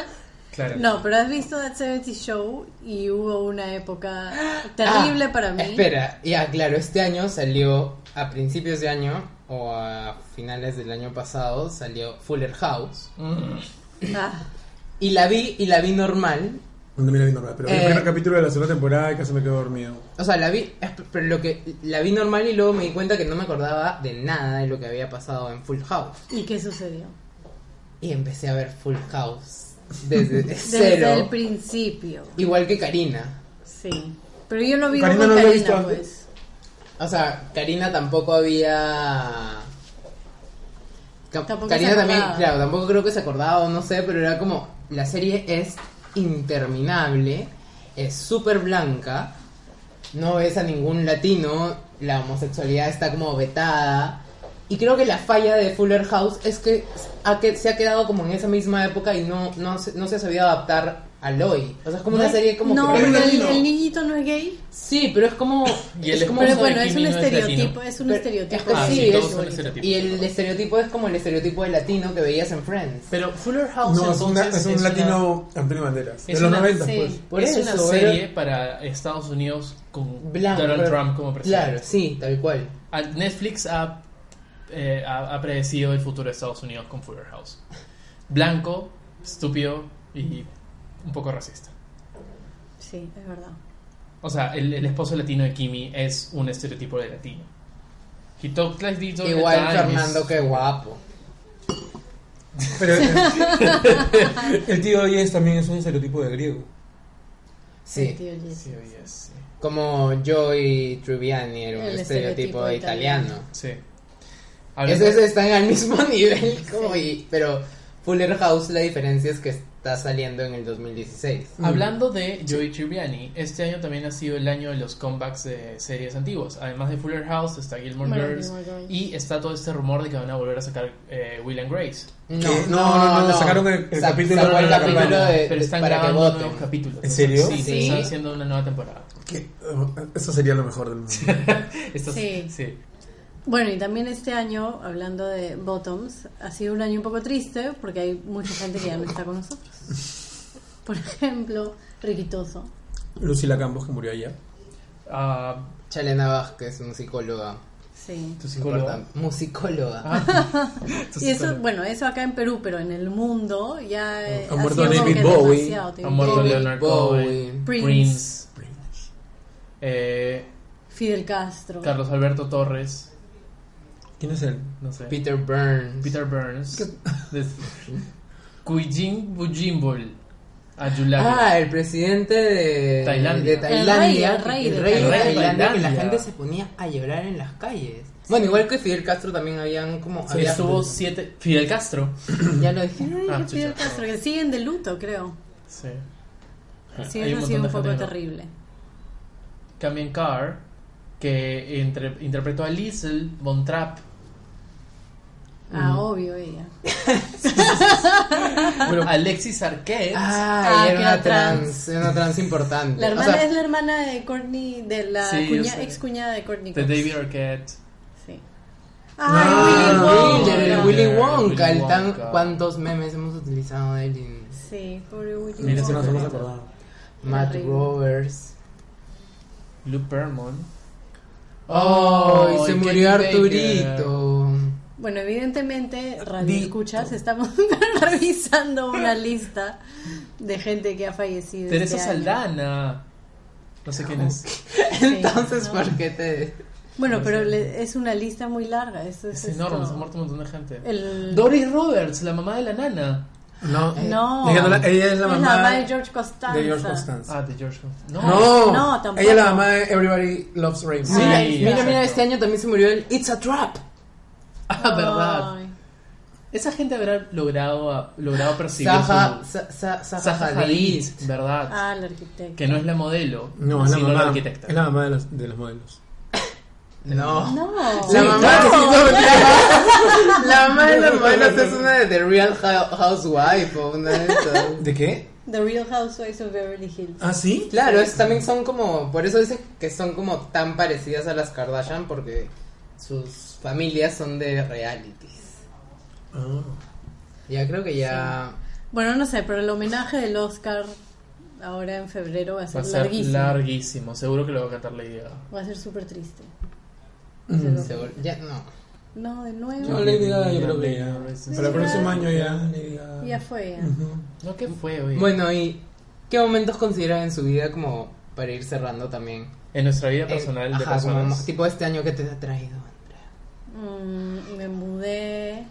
Speaker 2: claro.
Speaker 4: No, pero has visto That 70 Show y hubo una época terrible
Speaker 3: Ah,
Speaker 4: para mí.
Speaker 3: Espera, ya claro, este año salió a principios de año o a finales del año pasado salió Fuller House
Speaker 2: Mm.
Speaker 4: Ah,
Speaker 3: y la vi y la vi normal.
Speaker 1: No me la vi normal, pero vi
Speaker 3: Eh.
Speaker 1: el primer capítulo de la segunda temporada y casi me quedo dormido.
Speaker 3: O sea, la vi, es- pero lo que la vi normal y luego me di cuenta que no me acordaba de nada de lo que había pasado en Full House
Speaker 4: ¿Y qué sucedió?
Speaker 3: y empecé a ver Full House desde
Speaker 4: Desde
Speaker 3: cero,
Speaker 4: el principio.
Speaker 3: igual que Karina.
Speaker 4: Sí. Pero yo lo vi con
Speaker 1: Karina no lo
Speaker 4: Karina,
Speaker 1: había visto antes.
Speaker 4: pues.
Speaker 3: O sea, Karina tampoco había. Ca-
Speaker 4: Tampoco
Speaker 3: Karina
Speaker 4: se
Speaker 3: también,
Speaker 4: acordaba.
Speaker 3: claro, tampoco creo que se acordaba o no sé, pero era como. La serie es interminable, es súper blanca, no ves a ningún latino, la homosexualidad está como vetada. Y creo que la falla de Fuller House es que, ha que- se ha quedado como en esa misma época y no, no, se, no se ha sabido adaptar al hoy. O sea, es como
Speaker 2: No
Speaker 3: una
Speaker 2: hay-
Speaker 3: serie como
Speaker 4: No,
Speaker 3: que.
Speaker 4: pero el,
Speaker 1: latino.
Speaker 4: el niñito no es gay.
Speaker 3: Sí, pero es como.
Speaker 2: Y el
Speaker 3: es como
Speaker 2: esposo
Speaker 4: Pero
Speaker 2: de
Speaker 4: bueno, es
Speaker 2: Kimi
Speaker 4: un
Speaker 2: no es latino.
Speaker 4: estereotipo. Es un
Speaker 3: Pero-
Speaker 4: estereotipo.
Speaker 3: es que
Speaker 2: Ah,
Speaker 3: sí,
Speaker 2: sí,
Speaker 3: es-
Speaker 2: todos son estereotipos.
Speaker 3: Y el estereotipo es como el estereotipo de latino que veías en Friends.
Speaker 2: Pero Fuller House
Speaker 1: No, es, una-
Speaker 2: entonces,
Speaker 1: es un
Speaker 2: una-
Speaker 1: latino Antonio Banderas. De
Speaker 2: es
Speaker 1: los
Speaker 2: una-
Speaker 1: 90,
Speaker 4: sí.
Speaker 1: pues.
Speaker 3: Por
Speaker 2: es una
Speaker 3: eso,
Speaker 2: serie
Speaker 3: era
Speaker 2: para Estados Unidos con
Speaker 3: blanco,
Speaker 2: Donald
Speaker 3: pero-
Speaker 2: Trump como presidente.
Speaker 3: Claro, sí, tal cual.
Speaker 2: A- Netflix ha, eh, ha, ha predecido el futuro de Estados Unidos con Fuller House. Blanco, estúpido y un poco racista.
Speaker 4: Sí, es verdad.
Speaker 2: O sea, el, el esposo latino de Kimi es un estereotipo de latino. He talked like this all the
Speaker 3: Igual
Speaker 2: time,
Speaker 3: Fernando,
Speaker 2: is-
Speaker 3: qué guapo.
Speaker 1: Pero el, el tío Yes también es un estereotipo de griego.
Speaker 4: El
Speaker 3: Sí,
Speaker 4: tío Jesse.
Speaker 2: Sí, oye, sí.
Speaker 3: como Joey Tribbiani era un
Speaker 4: El
Speaker 3: estereotipo,
Speaker 4: estereotipo
Speaker 3: italiano.
Speaker 2: Sí.
Speaker 3: Eso,
Speaker 2: Hablando-
Speaker 3: eso están al mismo nivel. Como y- pero Fuller House, la diferencia es que está saliendo en el 2016.
Speaker 2: Hablando de Joey Tribbiani, este año también ha sido el año de los comebacks de series antiguas. Además de Fuller House, está Gilmore
Speaker 4: Bueno,
Speaker 2: Girls
Speaker 4: Gilmore Girls.
Speaker 2: y está todo este rumor de que van a volver a sacar eh, Will and Grace.
Speaker 3: No,
Speaker 1: ¿Qué? No, no, no, sacaron el- el
Speaker 3: Sa-
Speaker 1: capítulo
Speaker 3: sacó
Speaker 1: de
Speaker 3: el
Speaker 1: la
Speaker 3: capítulo
Speaker 1: campaña.
Speaker 3: de-
Speaker 2: pero
Speaker 3: de-
Speaker 2: están
Speaker 3: para que
Speaker 2: grabando
Speaker 3: voten.
Speaker 2: nuevos capítulos.
Speaker 1: ¿En serio?
Speaker 2: Sí,
Speaker 3: Sí.
Speaker 2: están haciendo una nueva temporada.
Speaker 1: Que, uh, Eso sería lo mejor del mundo.
Speaker 2: Estas-
Speaker 4: Sí.
Speaker 2: sí.
Speaker 4: Bueno, y también este año, hablando de Bottoms, ha sido un año un poco triste porque hay mucha gente que ya no está con nosotros. Por ejemplo, Riquitoso.
Speaker 1: Lucila Campos, que murió allá.
Speaker 2: Ah,
Speaker 3: Chalena Vázquez, musicóloga.
Speaker 4: Sí.
Speaker 2: tu psicóloga. Ah,
Speaker 3: Importante. Musicóloga.
Speaker 2: Tu
Speaker 4: Y eso,
Speaker 2: psicóloga.
Speaker 4: bueno, eso acá en Perú, pero en el mundo ya eh,
Speaker 1: Ha muerto
Speaker 4: sido como
Speaker 1: David
Speaker 4: que
Speaker 1: Bowie.
Speaker 4: demasiado, David
Speaker 2: Ha muerto
Speaker 4: Bowie,
Speaker 2: Leonard
Speaker 3: Bowie.
Speaker 2: Cohen,
Speaker 4: Prince.
Speaker 2: eh,
Speaker 4: Fidel Castro.
Speaker 2: Carlos Alberto Torres,
Speaker 1: ¿Quién es él?
Speaker 2: no sé.
Speaker 3: Peter Burns.
Speaker 2: Peter Burns. de- Kujin Bujimbol. Ayulani.
Speaker 3: Ah, el presidente de
Speaker 2: Tailandia.
Speaker 3: de Tailandia,
Speaker 4: El rey, el rey
Speaker 3: el
Speaker 4: de
Speaker 3: rey de
Speaker 2: Tailandia.
Speaker 3: Tailandia, que la
Speaker 2: Tailandia.
Speaker 3: gente se ponía a llorar en las calles. Bueno, igual que Fidel Castro también habían como...
Speaker 2: Sí,
Speaker 3: había-
Speaker 2: estuvo siete. Fidel Castro.
Speaker 3: Ya lo dije.
Speaker 4: Ay,
Speaker 2: Ah,
Speaker 4: qué Fidel
Speaker 2: chucha.
Speaker 4: Castro, que siguen de luto, creo.
Speaker 2: Sí.
Speaker 4: Sí,
Speaker 2: Ah, Hay
Speaker 4: eso ha
Speaker 2: montón
Speaker 4: sido
Speaker 2: de
Speaker 4: un poco
Speaker 2: gente que no-
Speaker 4: terrible.
Speaker 2: Camion Carr, que entre- interpretó a Liesel Von Trapp. Mm.
Speaker 4: Ah, obvio, ella.
Speaker 2: Alexis Arquette.
Speaker 3: Ah,
Speaker 4: que
Speaker 3: era una
Speaker 4: era trans.
Speaker 3: trans, era una trans importante.
Speaker 4: La
Speaker 3: O
Speaker 4: hermana
Speaker 3: sea,
Speaker 4: es la hermana de Courtney, de la
Speaker 2: Sí,
Speaker 4: cuña-
Speaker 2: yo sé.
Speaker 4: ex cuñada de Courtney.
Speaker 2: de
Speaker 4: Cox.
Speaker 2: David Arquette.
Speaker 4: Sí.
Speaker 3: Ah,
Speaker 4: Ay, Willy
Speaker 3: Willy,
Speaker 4: Wonka.
Speaker 3: el Willy
Speaker 2: Willy
Speaker 3: Wonka, el tan-
Speaker 2: Wonka.
Speaker 3: cuántos memes hemos utilizado de él en
Speaker 4: Sí, pobre Willy
Speaker 1: Mira, si no nos hemos
Speaker 4: Wonka.
Speaker 1: acordado.
Speaker 3: Matt
Speaker 4: Terrible.
Speaker 3: Roberts.
Speaker 2: Luke Permon.
Speaker 3: Ay, se
Speaker 2: Ay,
Speaker 3: murió
Speaker 2: Kenny
Speaker 3: Arturito.
Speaker 4: Bueno, evidentemente, radio
Speaker 1: Di-
Speaker 4: escuchas, estamos revisando una lista de gente que ha fallecido.
Speaker 2: Baker. Teresa
Speaker 4: este año.
Speaker 2: Saldana. No sé quién es.
Speaker 4: no.
Speaker 3: Entonces, ¿por qué te...?
Speaker 4: Bueno,
Speaker 2: No
Speaker 4: pero
Speaker 2: sé.
Speaker 4: le- es una lista muy larga. Eso es,
Speaker 2: Es enorme,
Speaker 4: esto.
Speaker 2: se ha muerto un montón de gente.
Speaker 4: El-
Speaker 2: Doris Roberts, la mamá de la nana.
Speaker 1: No.
Speaker 4: No.
Speaker 1: Eh, Ella, no la- ella es la mamá
Speaker 4: de George Costanza.
Speaker 1: de George Costanza.
Speaker 2: Ah, de George. No.
Speaker 1: No,
Speaker 4: No, tampoco.
Speaker 1: Ella es la mamá de Everybody Loves Raymond.
Speaker 2: Sí.
Speaker 3: mira,
Speaker 2: exacto.
Speaker 3: mira, mira, este año también se murió el It's a Trap.
Speaker 2: Ah, verdad.
Speaker 4: Ay.
Speaker 2: Esa gente habrá logrado, a- logrado percibir
Speaker 3: Zaha,
Speaker 2: su...
Speaker 3: Sa- Sa- Zaha
Speaker 2: Zaha
Speaker 3: Hadid.
Speaker 2: Hadid, ¿verdad?
Speaker 4: Ah, el arquitecto.
Speaker 2: Que no es la modelo,
Speaker 1: No, es la
Speaker 2: sino la,
Speaker 1: mamá.
Speaker 2: arquitecta.
Speaker 1: es la mamá de los, de los modelos.
Speaker 3: No.
Speaker 4: No.
Speaker 3: La mamá,
Speaker 1: claro.
Speaker 3: no, la mamá- la mamá de los modelos es una de The Real Hou- Housewife o una de esas.
Speaker 1: ¿De qué?
Speaker 4: The Real Housewives of Beverly Hills.
Speaker 1: ¿Ah, sí?
Speaker 3: Claro, es, también son como, por eso dicen que son como tan parecidas a las Kardashian porque sus familias son de realities.
Speaker 1: Ah.
Speaker 3: Ya creo que ya...
Speaker 4: Bueno, no sé, pero el homenaje del Oscar ahora en febrero va a
Speaker 2: Va
Speaker 4: ser
Speaker 2: a ser
Speaker 4: larguísimo.
Speaker 2: larguísimo. Seguro que lo va a cantar Lady Gaga.
Speaker 4: Va a ser súper triste.
Speaker 1: Mm.
Speaker 3: seguro- ya no.
Speaker 4: No, de nuevo.
Speaker 1: No, Lady Gaga, yo creo que ya.
Speaker 2: Sí,
Speaker 1: Para el
Speaker 4: ya.
Speaker 1: próximo año ya, Lady Gaga.
Speaker 4: Ya fue, ya.
Speaker 1: Ujú.
Speaker 2: No, ¿qué fue hoy?
Speaker 3: Bueno, ¿y qué momentos consideran en su vida como para ir cerrando también?
Speaker 2: en nuestra vida
Speaker 3: Eh,
Speaker 2: personal de
Speaker 3: ajá,
Speaker 2: personas.
Speaker 3: como tipo este año que te ha traído. Andrea?
Speaker 4: Mm, me mudé.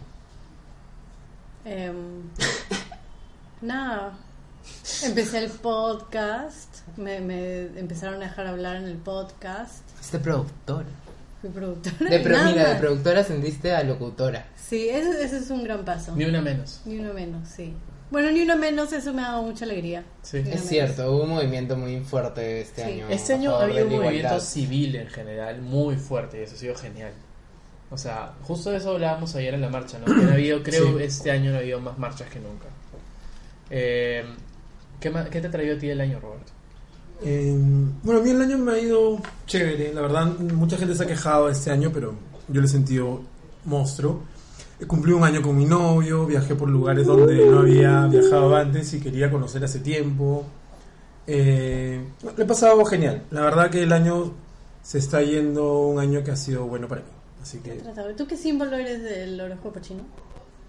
Speaker 4: Em, nada. Empecé el podcast. Me, me empezaron a dejar hablar en el podcast.
Speaker 2: Este
Speaker 3: Fuiste productora.
Speaker 4: Fui productora.
Speaker 3: De pro-
Speaker 4: Nada.
Speaker 3: mira, de productora ascendiste a locutora.
Speaker 4: Sí, ese, ese es un gran paso.
Speaker 2: Ni una menos.
Speaker 4: Ni uno menos, sí. Bueno, ni uno menos, eso me ha dado mucha alegría.
Speaker 2: Sí.
Speaker 4: Ni una
Speaker 3: Es
Speaker 4: menos.
Speaker 3: cierto, hubo un movimiento muy fuerte este
Speaker 4: Sí.
Speaker 3: año.
Speaker 2: Este
Speaker 3: a
Speaker 2: año ha
Speaker 3: favor
Speaker 2: habido
Speaker 3: de
Speaker 2: un
Speaker 3: la
Speaker 2: movimiento
Speaker 3: igualdad.
Speaker 2: civil en general muy fuerte y eso ha sido genial. O sea, justo de eso hablábamos ayer en la marcha, ¿no? Que han habido, creo,
Speaker 1: Sí.
Speaker 2: este año no ha habido más marchas que nunca. Eh, ¿qué, ma- ¿Qué te traído a ti el año, Robert?
Speaker 1: Eh, bueno, a mí el año me ha ido chévere. La verdad, mucha gente se ha quejado de este año, pero yo le he sentido monstruo. Eh, Cumplí un año con mi novio, viajé por lugares donde no había viajado antes y quería conocer hace tiempo. Eh, le he pasado genial. La verdad que el año se está yendo un año que ha sido bueno para mí. Así
Speaker 4: Te he
Speaker 1: que
Speaker 4: tratado- ¿Tú qué símbolo eres del horóscopo chino?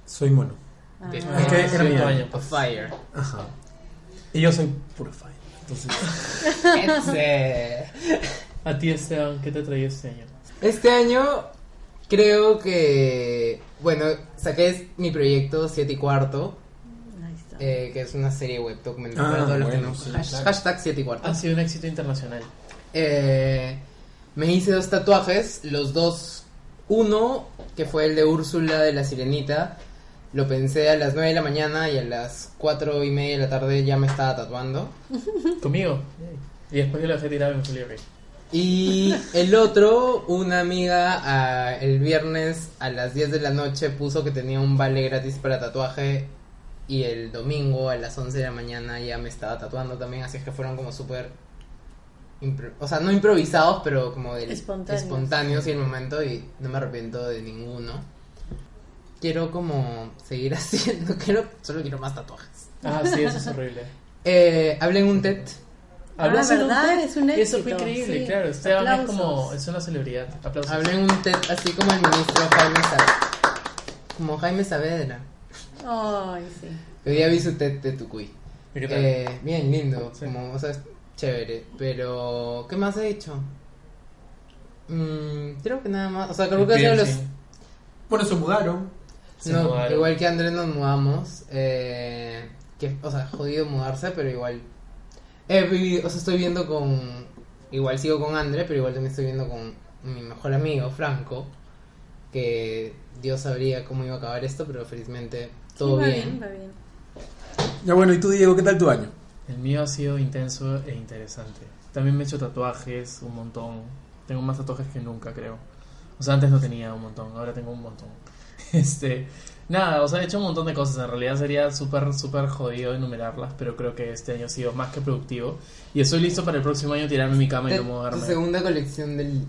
Speaker 1: soy mono.
Speaker 4: Ah,
Speaker 3: Bien.
Speaker 1: Es que
Speaker 2: Ah,
Speaker 1: era mi
Speaker 2: tu
Speaker 1: año.
Speaker 3: A Fire.
Speaker 1: Ajá. Y yo soy puro fan. Entonces,
Speaker 3: Ese.
Speaker 2: A ti, Esteban, ¿qué te traído este año?
Speaker 3: Este año creo que, bueno, saqué mi proyecto 7 y cuarto,
Speaker 4: Ahí está.
Speaker 3: eh, que es una serie web documental
Speaker 1: Ah,
Speaker 3: para todos los que
Speaker 1: bueno,
Speaker 3: no-
Speaker 1: sí,
Speaker 3: hash-
Speaker 1: claro.
Speaker 3: Hashtag 7 y cuarto.
Speaker 2: Ha sido un éxito internacional.
Speaker 3: Eh, me hice dos tatuajes, los dos, uno que fue el de Úrsula de la Sirenita, lo pensé a las 9 de la mañana y a las 4 y media de la tarde ya me estaba tatuando.
Speaker 2: Conmigo. Y después yo lo dejé tirado y me fui ok.
Speaker 3: Y el otro, una amiga ah, el viernes a las 10 de la noche puso que tenía un vale gratis para tatuaje y el domingo a las 11 de la mañana ya me estaba tatuando también, así es que fueron como súper, impro- o sea, no improvisados, pero como del,
Speaker 4: Espontáneos.
Speaker 3: espontáneos y el momento y no me arrepiento de ninguno. Quiero como seguir haciendo, quiero, solo quiero más tatuajes.
Speaker 2: Ah, sí, eso es horrible.
Speaker 3: Eh, hablé en un TED.
Speaker 4: Ah,
Speaker 2: en un
Speaker 4: ¿verdad?
Speaker 2: TED.
Speaker 4: Es un
Speaker 2: Eso
Speaker 4: éxito,
Speaker 2: fue increíble,
Speaker 4: sí.
Speaker 2: claro. Esteban es
Speaker 4: Aplausos.
Speaker 2: como. Es una celebridad. Aplausos.
Speaker 3: Hablé en un TED así como el ministro Jaime Saavedra. Como Jaime Saavedra.
Speaker 4: Ay, sí.
Speaker 3: Hoy día vi su TED de Tucuy.
Speaker 2: ¿Y qué tal?
Speaker 3: Eh, bien lindo,
Speaker 2: Sí.
Speaker 3: como, o sea, es chévere. Pero, ¿qué más he hecho? Mm, creo que nada más. O sea, creo que ha sido los.
Speaker 2: Piercing.
Speaker 1: bueno, se mudaron.
Speaker 2: Se
Speaker 3: no,
Speaker 2: mudaron.
Speaker 3: igual que Andrés nos mudamos. Eh, que, o sea, jodido mudarse, pero igual. He vivido- o sea, estoy viendo con. Igual sigo con André, pero igual también estoy viendo con mi mejor amigo, Franco. Que Dios sabría cómo iba a acabar esto, pero felizmente todo
Speaker 4: Sí, va
Speaker 3: bien.
Speaker 4: Va bien.
Speaker 1: Ya bueno, ¿y tú, Diego, qué tal tu año?
Speaker 2: El mío ha sido intenso e interesante. También me he hecho tatuajes, un montón. Tengo más tatuajes que nunca, creo. O sea, antes no tenía un montón, ahora tengo un montón. Este, nada, o sea, he hecho un montón de cosas. En realidad sería súper, súper jodido enumerarlas, pero creo que este año ha sido más que productivo. Y estoy listo para el próximo año tirarme en mi cama y no
Speaker 3: Tu
Speaker 2: moverme.
Speaker 3: segunda colección del-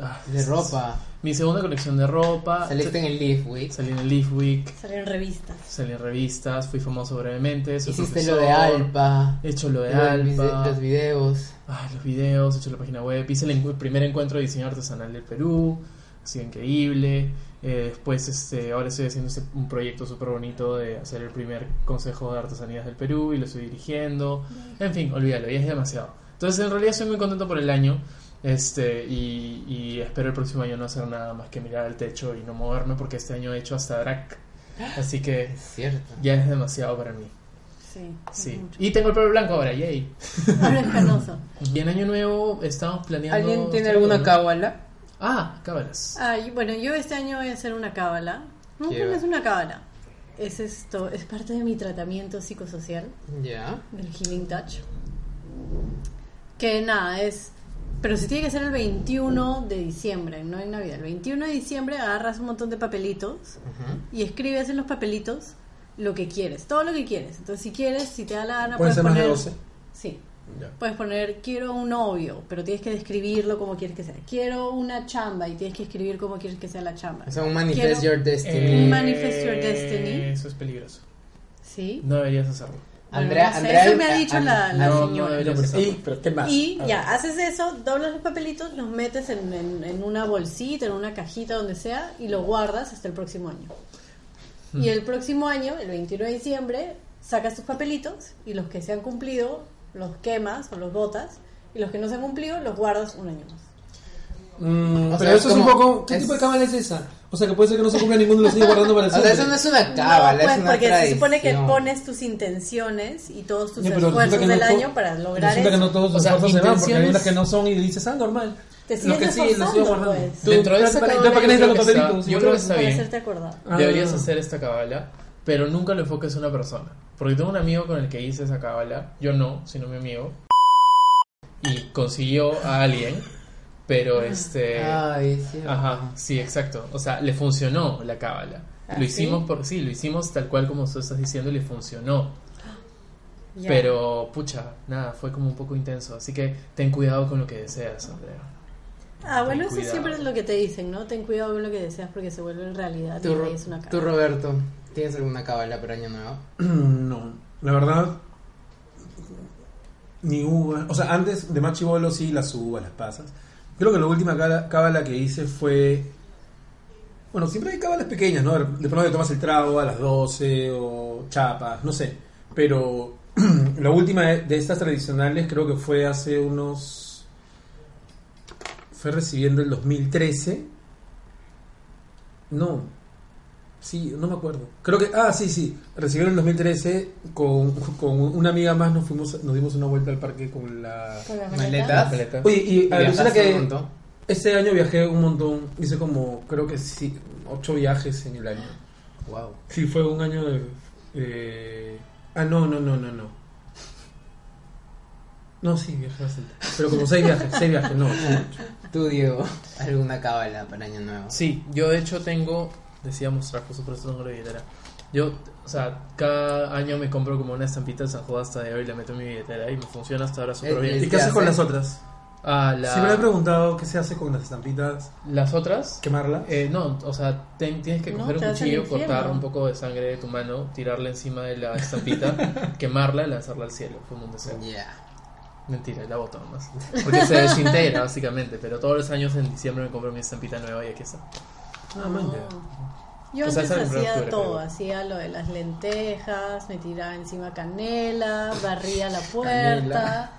Speaker 2: Ah,
Speaker 3: de ropa.
Speaker 2: Mi segunda colección de ropa.
Speaker 3: Saliste en el Leaf Week.
Speaker 2: Salí en el Leaf Week,
Speaker 4: Salieron revistas.
Speaker 2: salí en revistas, fui famoso brevemente. soy
Speaker 3: Hiciste
Speaker 2: profesor,
Speaker 3: lo de Alpa.
Speaker 2: He hecho lo de
Speaker 3: lo del vide-
Speaker 2: Alpa.
Speaker 3: Los videos.
Speaker 2: Ay, Ah, los videos, he hecho la página web, hice el, encu- primer encuentro de diseño artesanal del Perú, ha sido increíble. Eh, después, este, ahora estoy haciendo este- un proyecto súper bonito de hacer el primer consejo de artesanías del Perú y lo estoy dirigiendo. En fin, olvídalo, ya es demasiado. Entonces, en realidad, estoy muy contento por el año. Este, y, y espero el próximo año no hacer nada más que mirar al techo y no moverme, porque este año he hecho hasta drag. Así que
Speaker 3: Es cierto.
Speaker 2: ya es demasiado para mí.
Speaker 4: Sí.
Speaker 2: Sí.
Speaker 4: mucho.
Speaker 2: Y tengo el pelo blanco ahora, yay.
Speaker 4: Ahora es canoso.
Speaker 2: Y en Año Nuevo estamos planeando.
Speaker 3: ¿Alguien tiene alguna
Speaker 2: ¿no?
Speaker 3: cábala?
Speaker 2: Ah, cábalas.
Speaker 4: Ay, bueno, yo este año voy a hacer una cábala. No,
Speaker 3: Lleva.
Speaker 4: no es una cábala. es esto, es parte de mi tratamiento psicosocial,
Speaker 3: Ya.
Speaker 4: del Healing Touch. Que nada, es. Pero si tiene que ser el 21 de diciembre, no en Navidad. El 21 de diciembre agarras un montón de papelitos
Speaker 3: Ujú.
Speaker 4: y escribes en los papelitos lo que quieres, todo lo que quieres. Entonces, si quieres, si te da la gana,
Speaker 1: Pueden
Speaker 4: puedes
Speaker 1: ser más de
Speaker 4: Ah, pues poner.
Speaker 1: 12.
Speaker 4: Sí,
Speaker 1: Ya.
Speaker 4: Puedes poner quiero un novio, pero tienes que describirlo como quieres que sea. Quiero una chamba y tienes que escribir cómo quieres que sea la chamba.
Speaker 3: O sea, un manifest
Speaker 4: Quiero- eh,
Speaker 3: your destiny.
Speaker 4: Manifest your destiny.
Speaker 2: Eh, Eso es peligroso.
Speaker 4: ¿Sí?
Speaker 2: No deberías hacerlo.
Speaker 3: Andrea,
Speaker 4: No sé,
Speaker 3: Andrea,
Speaker 4: eso me ha dicho
Speaker 3: An-
Speaker 4: la- la
Speaker 3: no,
Speaker 4: señora.
Speaker 2: deberías
Speaker 1: Pero,
Speaker 2: hacerlo.
Speaker 1: y- pero ¿qué más?
Speaker 4: Y
Speaker 1: A ver.
Speaker 4: ya, haces eso, doblas los papelitos, los metes en, en- en una bolsita, en una cajita, donde sea, y los guardas hasta el próximo año. Y el próximo año, el 21 de diciembre, sacas tus papelitos y los que se han cumplido los quemas o los botas, y los que no se han cumplido los guardas un año más.
Speaker 1: Mm, pero
Speaker 3: O sea,
Speaker 1: eso es un
Speaker 3: como-
Speaker 1: poco. ¿Qué
Speaker 3: es-
Speaker 1: tipo de cámara es esa? O sea, que puede ser que no se cumpla ninguno de los sigue guardando para
Speaker 3: O
Speaker 1: el
Speaker 3: sea, eso no es una cábala,
Speaker 4: no, pues
Speaker 3: Ah, es una
Speaker 4: porque se supone que
Speaker 3: tradición.
Speaker 4: pones tus intenciones y todos tus
Speaker 1: Sí, pero resulta
Speaker 4: esfuerzos
Speaker 1: que no
Speaker 4: del
Speaker 1: to-
Speaker 4: año para lograr
Speaker 1: Resulta
Speaker 4: eso.
Speaker 1: que no todos
Speaker 2: O
Speaker 1: los
Speaker 2: sea,
Speaker 1: esfuerzos se van, porque hay
Speaker 2: intenciones-
Speaker 1: unas que no son y dices, ah, normal.
Speaker 4: Te
Speaker 1: Los
Speaker 4: sigues
Speaker 1: que sí, los sigo
Speaker 4: esforzando,
Speaker 1: guardando.
Speaker 4: pues.
Speaker 1: Tú,
Speaker 2: Dentro de
Speaker 1: ¿para-
Speaker 2: esa
Speaker 1: para-
Speaker 4: cábala
Speaker 1: ¿Para qué
Speaker 4: yo
Speaker 1: necesitas los
Speaker 2: creo que
Speaker 1: papelitos?
Speaker 2: está- yo creo que está
Speaker 4: para
Speaker 2: bien.
Speaker 4: hacerte acordar.
Speaker 1: Ah.
Speaker 2: Deberías hacer esta cábala, pero nunca lo enfoques a una persona. Porque tengo un amigo con el que hice esa cábala, yo no, sino mi amigo. Y consiguió a alguien, pero este.
Speaker 3: Ay, sí.
Speaker 2: Ajá, sí, exacto. O sea, le funcionó la cábala.
Speaker 4: ¿Ah,
Speaker 2: Lo hicimos
Speaker 4: sí?
Speaker 2: por sí, lo hicimos tal cual como tú estás diciendo y le funcionó.
Speaker 4: Ya.
Speaker 2: Pero, pucha, nada, fue como un poco intenso. Así que ten cuidado con lo que deseas, Andrea.
Speaker 4: Ah, bueno,
Speaker 2: Ten
Speaker 4: eso
Speaker 2: cuidado.
Speaker 4: siempre es lo que te dicen, ¿no? Ten cuidado con lo que deseas porque se vuelve en realidad
Speaker 3: Tú,
Speaker 4: y
Speaker 3: Ro-
Speaker 4: ahí es una cara.
Speaker 3: tú, Roberto, ¿tienes alguna cábala para Año Nuevo?
Speaker 1: No, la verdad. Ni uva. O sea, antes de Machibolo sí las uvas, las pasas. Creo que la última cala- cábala que hice fue. Bueno, siempre hay cábalas pequeñas, ¿no? De pronto te tomas el trago a las 12 o chapas, no sé. Pero la última de de estas tradicionales creo que fue hace unos. Fue recibiendo el 2013. No, Sí, no me acuerdo. Creo que, ah, sí, sí. Recibieron en 2013 con, con una amiga más, nos fuimos, nos dimos una vuelta al parque con la.
Speaker 4: Con la
Speaker 3: Maleta.
Speaker 4: maleta.
Speaker 1: Oye, y a
Speaker 3: ¿Viajaste
Speaker 1: resulta
Speaker 3: un
Speaker 1: que
Speaker 3: montón?
Speaker 1: este año viajé un montón, hice como, creo que sí, ocho viajes en el año.
Speaker 3: Wow.
Speaker 1: Sí, fue un año de. eh, ah, no, no, no, no, no. No, sí, viajé bastante. Pero como seis viajes, seis viajes, no. ocho.
Speaker 3: Tú, Diego, ¿alguna cábala para Año Nuevo?
Speaker 2: Sí, yo de hecho tengo, decía mostrar, por supuesto, tengo la billetera. Yo, o sea, cada año me compro como una estampita de San Juan hasta de hoy, la meto en mi billetera y me funciona hasta ahora súper
Speaker 3: Eh,
Speaker 2: bien.
Speaker 3: eh.
Speaker 1: ¿Y qué haces con las otras?
Speaker 2: Ah, la-
Speaker 1: Siempre me he preguntado qué se hace con las estampitas,
Speaker 2: las otras,
Speaker 1: quemarlas.
Speaker 2: eh, no, o sea, ten- tienes que
Speaker 4: No,
Speaker 2: coger
Speaker 4: te
Speaker 2: un
Speaker 4: vas al
Speaker 2: cuchillo,
Speaker 4: infierno.
Speaker 2: cortar un poco de sangre de tu mano, tirarla encima de la estampita, quemarla y lanzarla al cielo, como un deseo.
Speaker 3: Ya.
Speaker 2: Mentira, la boto nomás. Porque se desintegra, básicamente. Pero todos los años en diciembre me compro mi estampita nueva y aquí está.
Speaker 1: Ah, man, ya.
Speaker 4: Yo
Speaker 2: O sea,
Speaker 4: antes
Speaker 2: esa es la
Speaker 4: hacía
Speaker 2: primera,
Speaker 4: todo,
Speaker 2: creo.
Speaker 4: hacía lo de las lentejas, me tiraba encima canela, barría la
Speaker 3: Canela.
Speaker 4: puerta,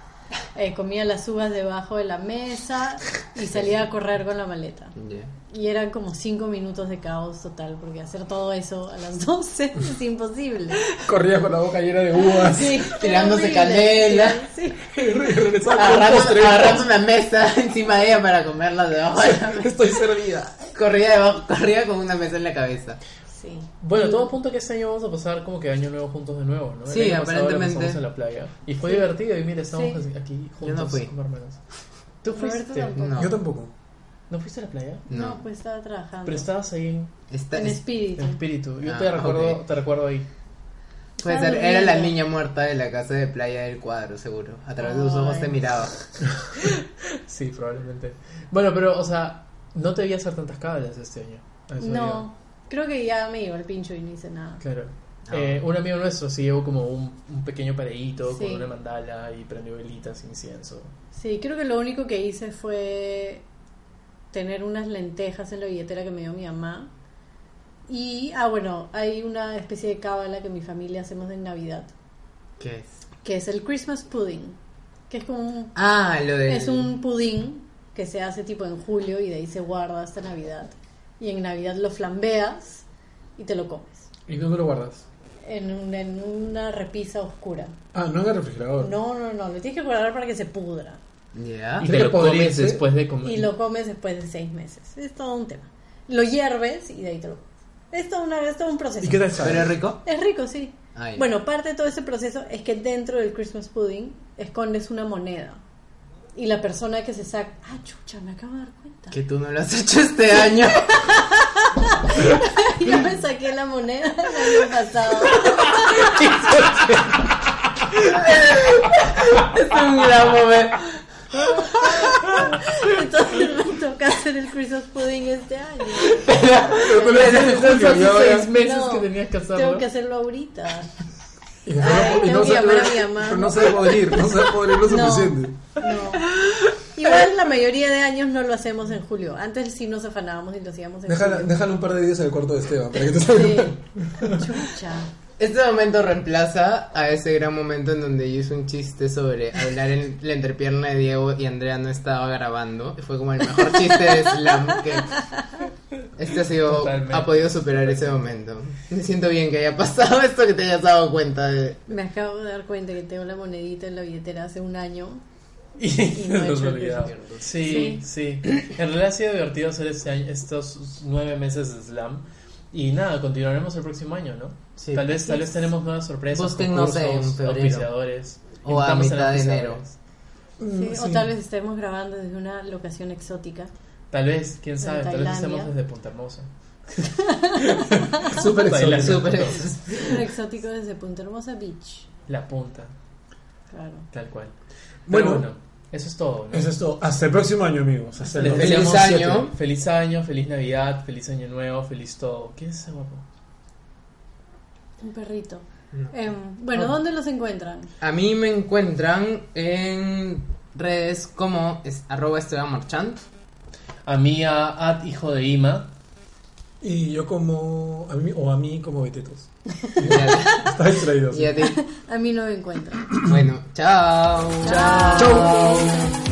Speaker 4: eh, comía las uvas debajo de la mesa y salía a correr con la maleta.
Speaker 3: Ya.
Speaker 4: Y eran como cinco minutos de caos total, porque hacer todo eso a las 12 es imposible.
Speaker 1: Corría con la boca llena de uvas.
Speaker 4: Sí,
Speaker 3: Tirándose
Speaker 4: era horrible.
Speaker 3: canela.
Speaker 4: Sí,
Speaker 1: Regresaba con un
Speaker 3: Agarrando,
Speaker 1: postre.
Speaker 3: agarrando una mesa encima de ella para comerla debajo de la mesa.
Speaker 1: Estoy servida.
Speaker 3: Corría, debajo, corría con una mesa en la cabeza.
Speaker 4: sí.
Speaker 2: Bueno, todo apunta que este año vamos a pasar como que año nuevo juntos de nuevo, ¿no? El
Speaker 3: Sí,
Speaker 2: año pasado la
Speaker 3: aparentemente.
Speaker 2: pasamos en la playa. Y fue divertido. Y mira, estamos
Speaker 4: Sí.
Speaker 2: aquí juntos
Speaker 3: Yo no fui.
Speaker 2: como hermanos. ¿Tú
Speaker 4: Roberto
Speaker 2: fuiste?
Speaker 4: tampoco.
Speaker 3: No.
Speaker 1: Yo tampoco.
Speaker 2: ¿No fuiste a la playa?
Speaker 4: No,
Speaker 3: Ah, No.
Speaker 4: pues estaba trabajando.
Speaker 2: Pero estabas ahí
Speaker 3: Esta-
Speaker 4: En este
Speaker 3: es-
Speaker 4: espíritu.
Speaker 2: en espíritu. Yo
Speaker 3: Ah,
Speaker 2: te, recuerdo,
Speaker 3: ok.
Speaker 2: te recuerdo ahí.
Speaker 3: puede
Speaker 4: Estaba
Speaker 3: ser, era la
Speaker 4: durmiendo.
Speaker 3: niña muerta de la casa de playa del cuadro, seguro. A través de sus ojos
Speaker 4: Ay.
Speaker 3: te miraba.
Speaker 2: Sí, probablemente. Bueno, pero, o sea, no te vi hacer tantas cábalas este año. A
Speaker 3: pues,
Speaker 2: eso iba.
Speaker 4: No, creo que ya me iba el pincho y no hice nada.
Speaker 2: Claro.
Speaker 3: Ah.
Speaker 2: Eh, un amigo nuestro sí llevó como un, un pequeño pareíto
Speaker 4: Sí.
Speaker 2: con una mandala y prendió velitas, incienso.
Speaker 4: Sí, creo que lo único que hice fue tener unas lentejas en la billetera que me dio mi mamá. Y, ah, bueno, hay una especie de cábala que mi familia hacemos en Navidad,
Speaker 3: ¿Qué es?
Speaker 4: que es el Christmas pudding, que es como un,
Speaker 3: Ah, lo de.
Speaker 4: es un pudín que se hace tipo en julio y de ahí se guarda hasta Navidad. Y en Navidad lo flambeas y te lo comes
Speaker 1: ¿Y dónde lo guardas?
Speaker 4: en, un- en una repisa oscura.
Speaker 1: Ah, no en el refrigerador.
Speaker 4: No, no, no, lo tienes que guardar para que se pudra.
Speaker 3: Ya.
Speaker 1: Creo
Speaker 2: Y te
Speaker 1: que
Speaker 2: lo
Speaker 1: podría
Speaker 2: comes
Speaker 3: ¿eh?
Speaker 1: ser.
Speaker 2: después de comer.
Speaker 4: Y lo comes después de seis meses. Es todo un tema. Lo hierves y de ahí te lo comes. Es todo, una, es todo un proceso.
Speaker 1: ¿Y qué tal sabe?
Speaker 3: ¿Pero es rico?
Speaker 4: Es rico, sí.
Speaker 3: Ah, ya.
Speaker 4: Bueno, parte de todo ese proceso es que dentro del Christmas pudding escondes una moneda. Y la persona que se saca. Ah, chucha, me acabo de dar cuenta.
Speaker 3: Que tú no lo has hecho este año.
Speaker 4: Yo me saqué la moneda el año pasado.
Speaker 3: es un gran momento.
Speaker 4: Entonces me toca hacer el Christmas pudding este año.
Speaker 1: Pero tú lo haces en
Speaker 2: Entonces,
Speaker 1: julio,
Speaker 2: hace
Speaker 1: y ahora-
Speaker 2: seis meses
Speaker 4: No,
Speaker 2: que tenías que hacerlo.
Speaker 4: Tengo que hacerlo ahorita.
Speaker 1: y no-
Speaker 4: Ay,
Speaker 1: y
Speaker 4: tengo
Speaker 1: no
Speaker 4: que
Speaker 1: se
Speaker 4: llamar a
Speaker 1: puede-
Speaker 4: mi mamá.
Speaker 1: pero no se puede podrir, no se puede podrir lo
Speaker 4: No.
Speaker 1: suficiente.
Speaker 4: No. Igual la mayoría de años no lo hacemos en julio. Antes sí nos afanábamos y lo hacíamos en
Speaker 1: Déjala,
Speaker 4: julio.
Speaker 1: déjala un par de días en el cuarto de Esteban para que te salga.
Speaker 4: Sí. Chucha.
Speaker 3: Este momento reemplaza a ese gran momento en donde yo hice un chiste sobre hablar en la entrepierna de Diego y Andrea no estaba grabando. Fue como el mejor chiste de slam que este ha sido
Speaker 2: Totalmente.
Speaker 3: ha podido superar ese momento. Me siento bien que haya pasado esto, que te hayas dado cuenta de
Speaker 4: Me acabo de dar cuenta que tengo la monedita en la billetera hace un año.
Speaker 2: Y
Speaker 4: no he
Speaker 2: nos
Speaker 4: hecho el
Speaker 2: olvidaba. Sí, sí. En realidad ha sido divertido hacer este año- estos nueve meses de slam. Y nada, continuaremos el próximo año, ¿no?
Speaker 3: Sí.
Speaker 2: tal vez, tal vez tenemos nuevas sorpresas.
Speaker 3: Búsquennos en
Speaker 2: concursos,
Speaker 3: febrero.
Speaker 2: auspiciadores.
Speaker 3: O a
Speaker 2: Estamos en
Speaker 3: mitad de enero.
Speaker 2: auspiciadores.
Speaker 4: Sí,
Speaker 1: Sí.
Speaker 4: O tal vez estemos grabando desde una locación exótica.
Speaker 2: Tal vez, quién sabe, tal vez
Speaker 4: Tailandia.
Speaker 2: estemos desde Punta Hermosa.
Speaker 1: Súper
Speaker 2: Bailar.
Speaker 1: exótico.
Speaker 3: súper
Speaker 4: Un exótico desde Punta Hermosa Beach.
Speaker 2: La punta,
Speaker 4: Claro.
Speaker 2: tal cual. Pero
Speaker 1: Bueno.
Speaker 2: bueno, eso es todo. ¿no?
Speaker 1: Eso es todo. Hasta el próximo año, amigos. Hasta el
Speaker 2: Les
Speaker 3: Feliz
Speaker 1: 2017.
Speaker 3: año.
Speaker 2: Feliz año, feliz Navidad, feliz año nuevo, feliz todo. ¿Quién es ese guapo?
Speaker 4: Un perrito.
Speaker 3: No.
Speaker 4: Em, bueno, ¿dónde los encuentran?
Speaker 3: A mí me encuentran en redes como es, arroba Esteban Marchand.
Speaker 2: A mí, a At, hijo de Ima.
Speaker 1: Y yo como... A mí, o a mí como Betetos.
Speaker 3: Y a-
Speaker 1: Está distraído. sí.
Speaker 3: y a ti.
Speaker 4: A mí no me encuentran.
Speaker 3: Bueno, chao.
Speaker 4: Chao.
Speaker 3: Chao.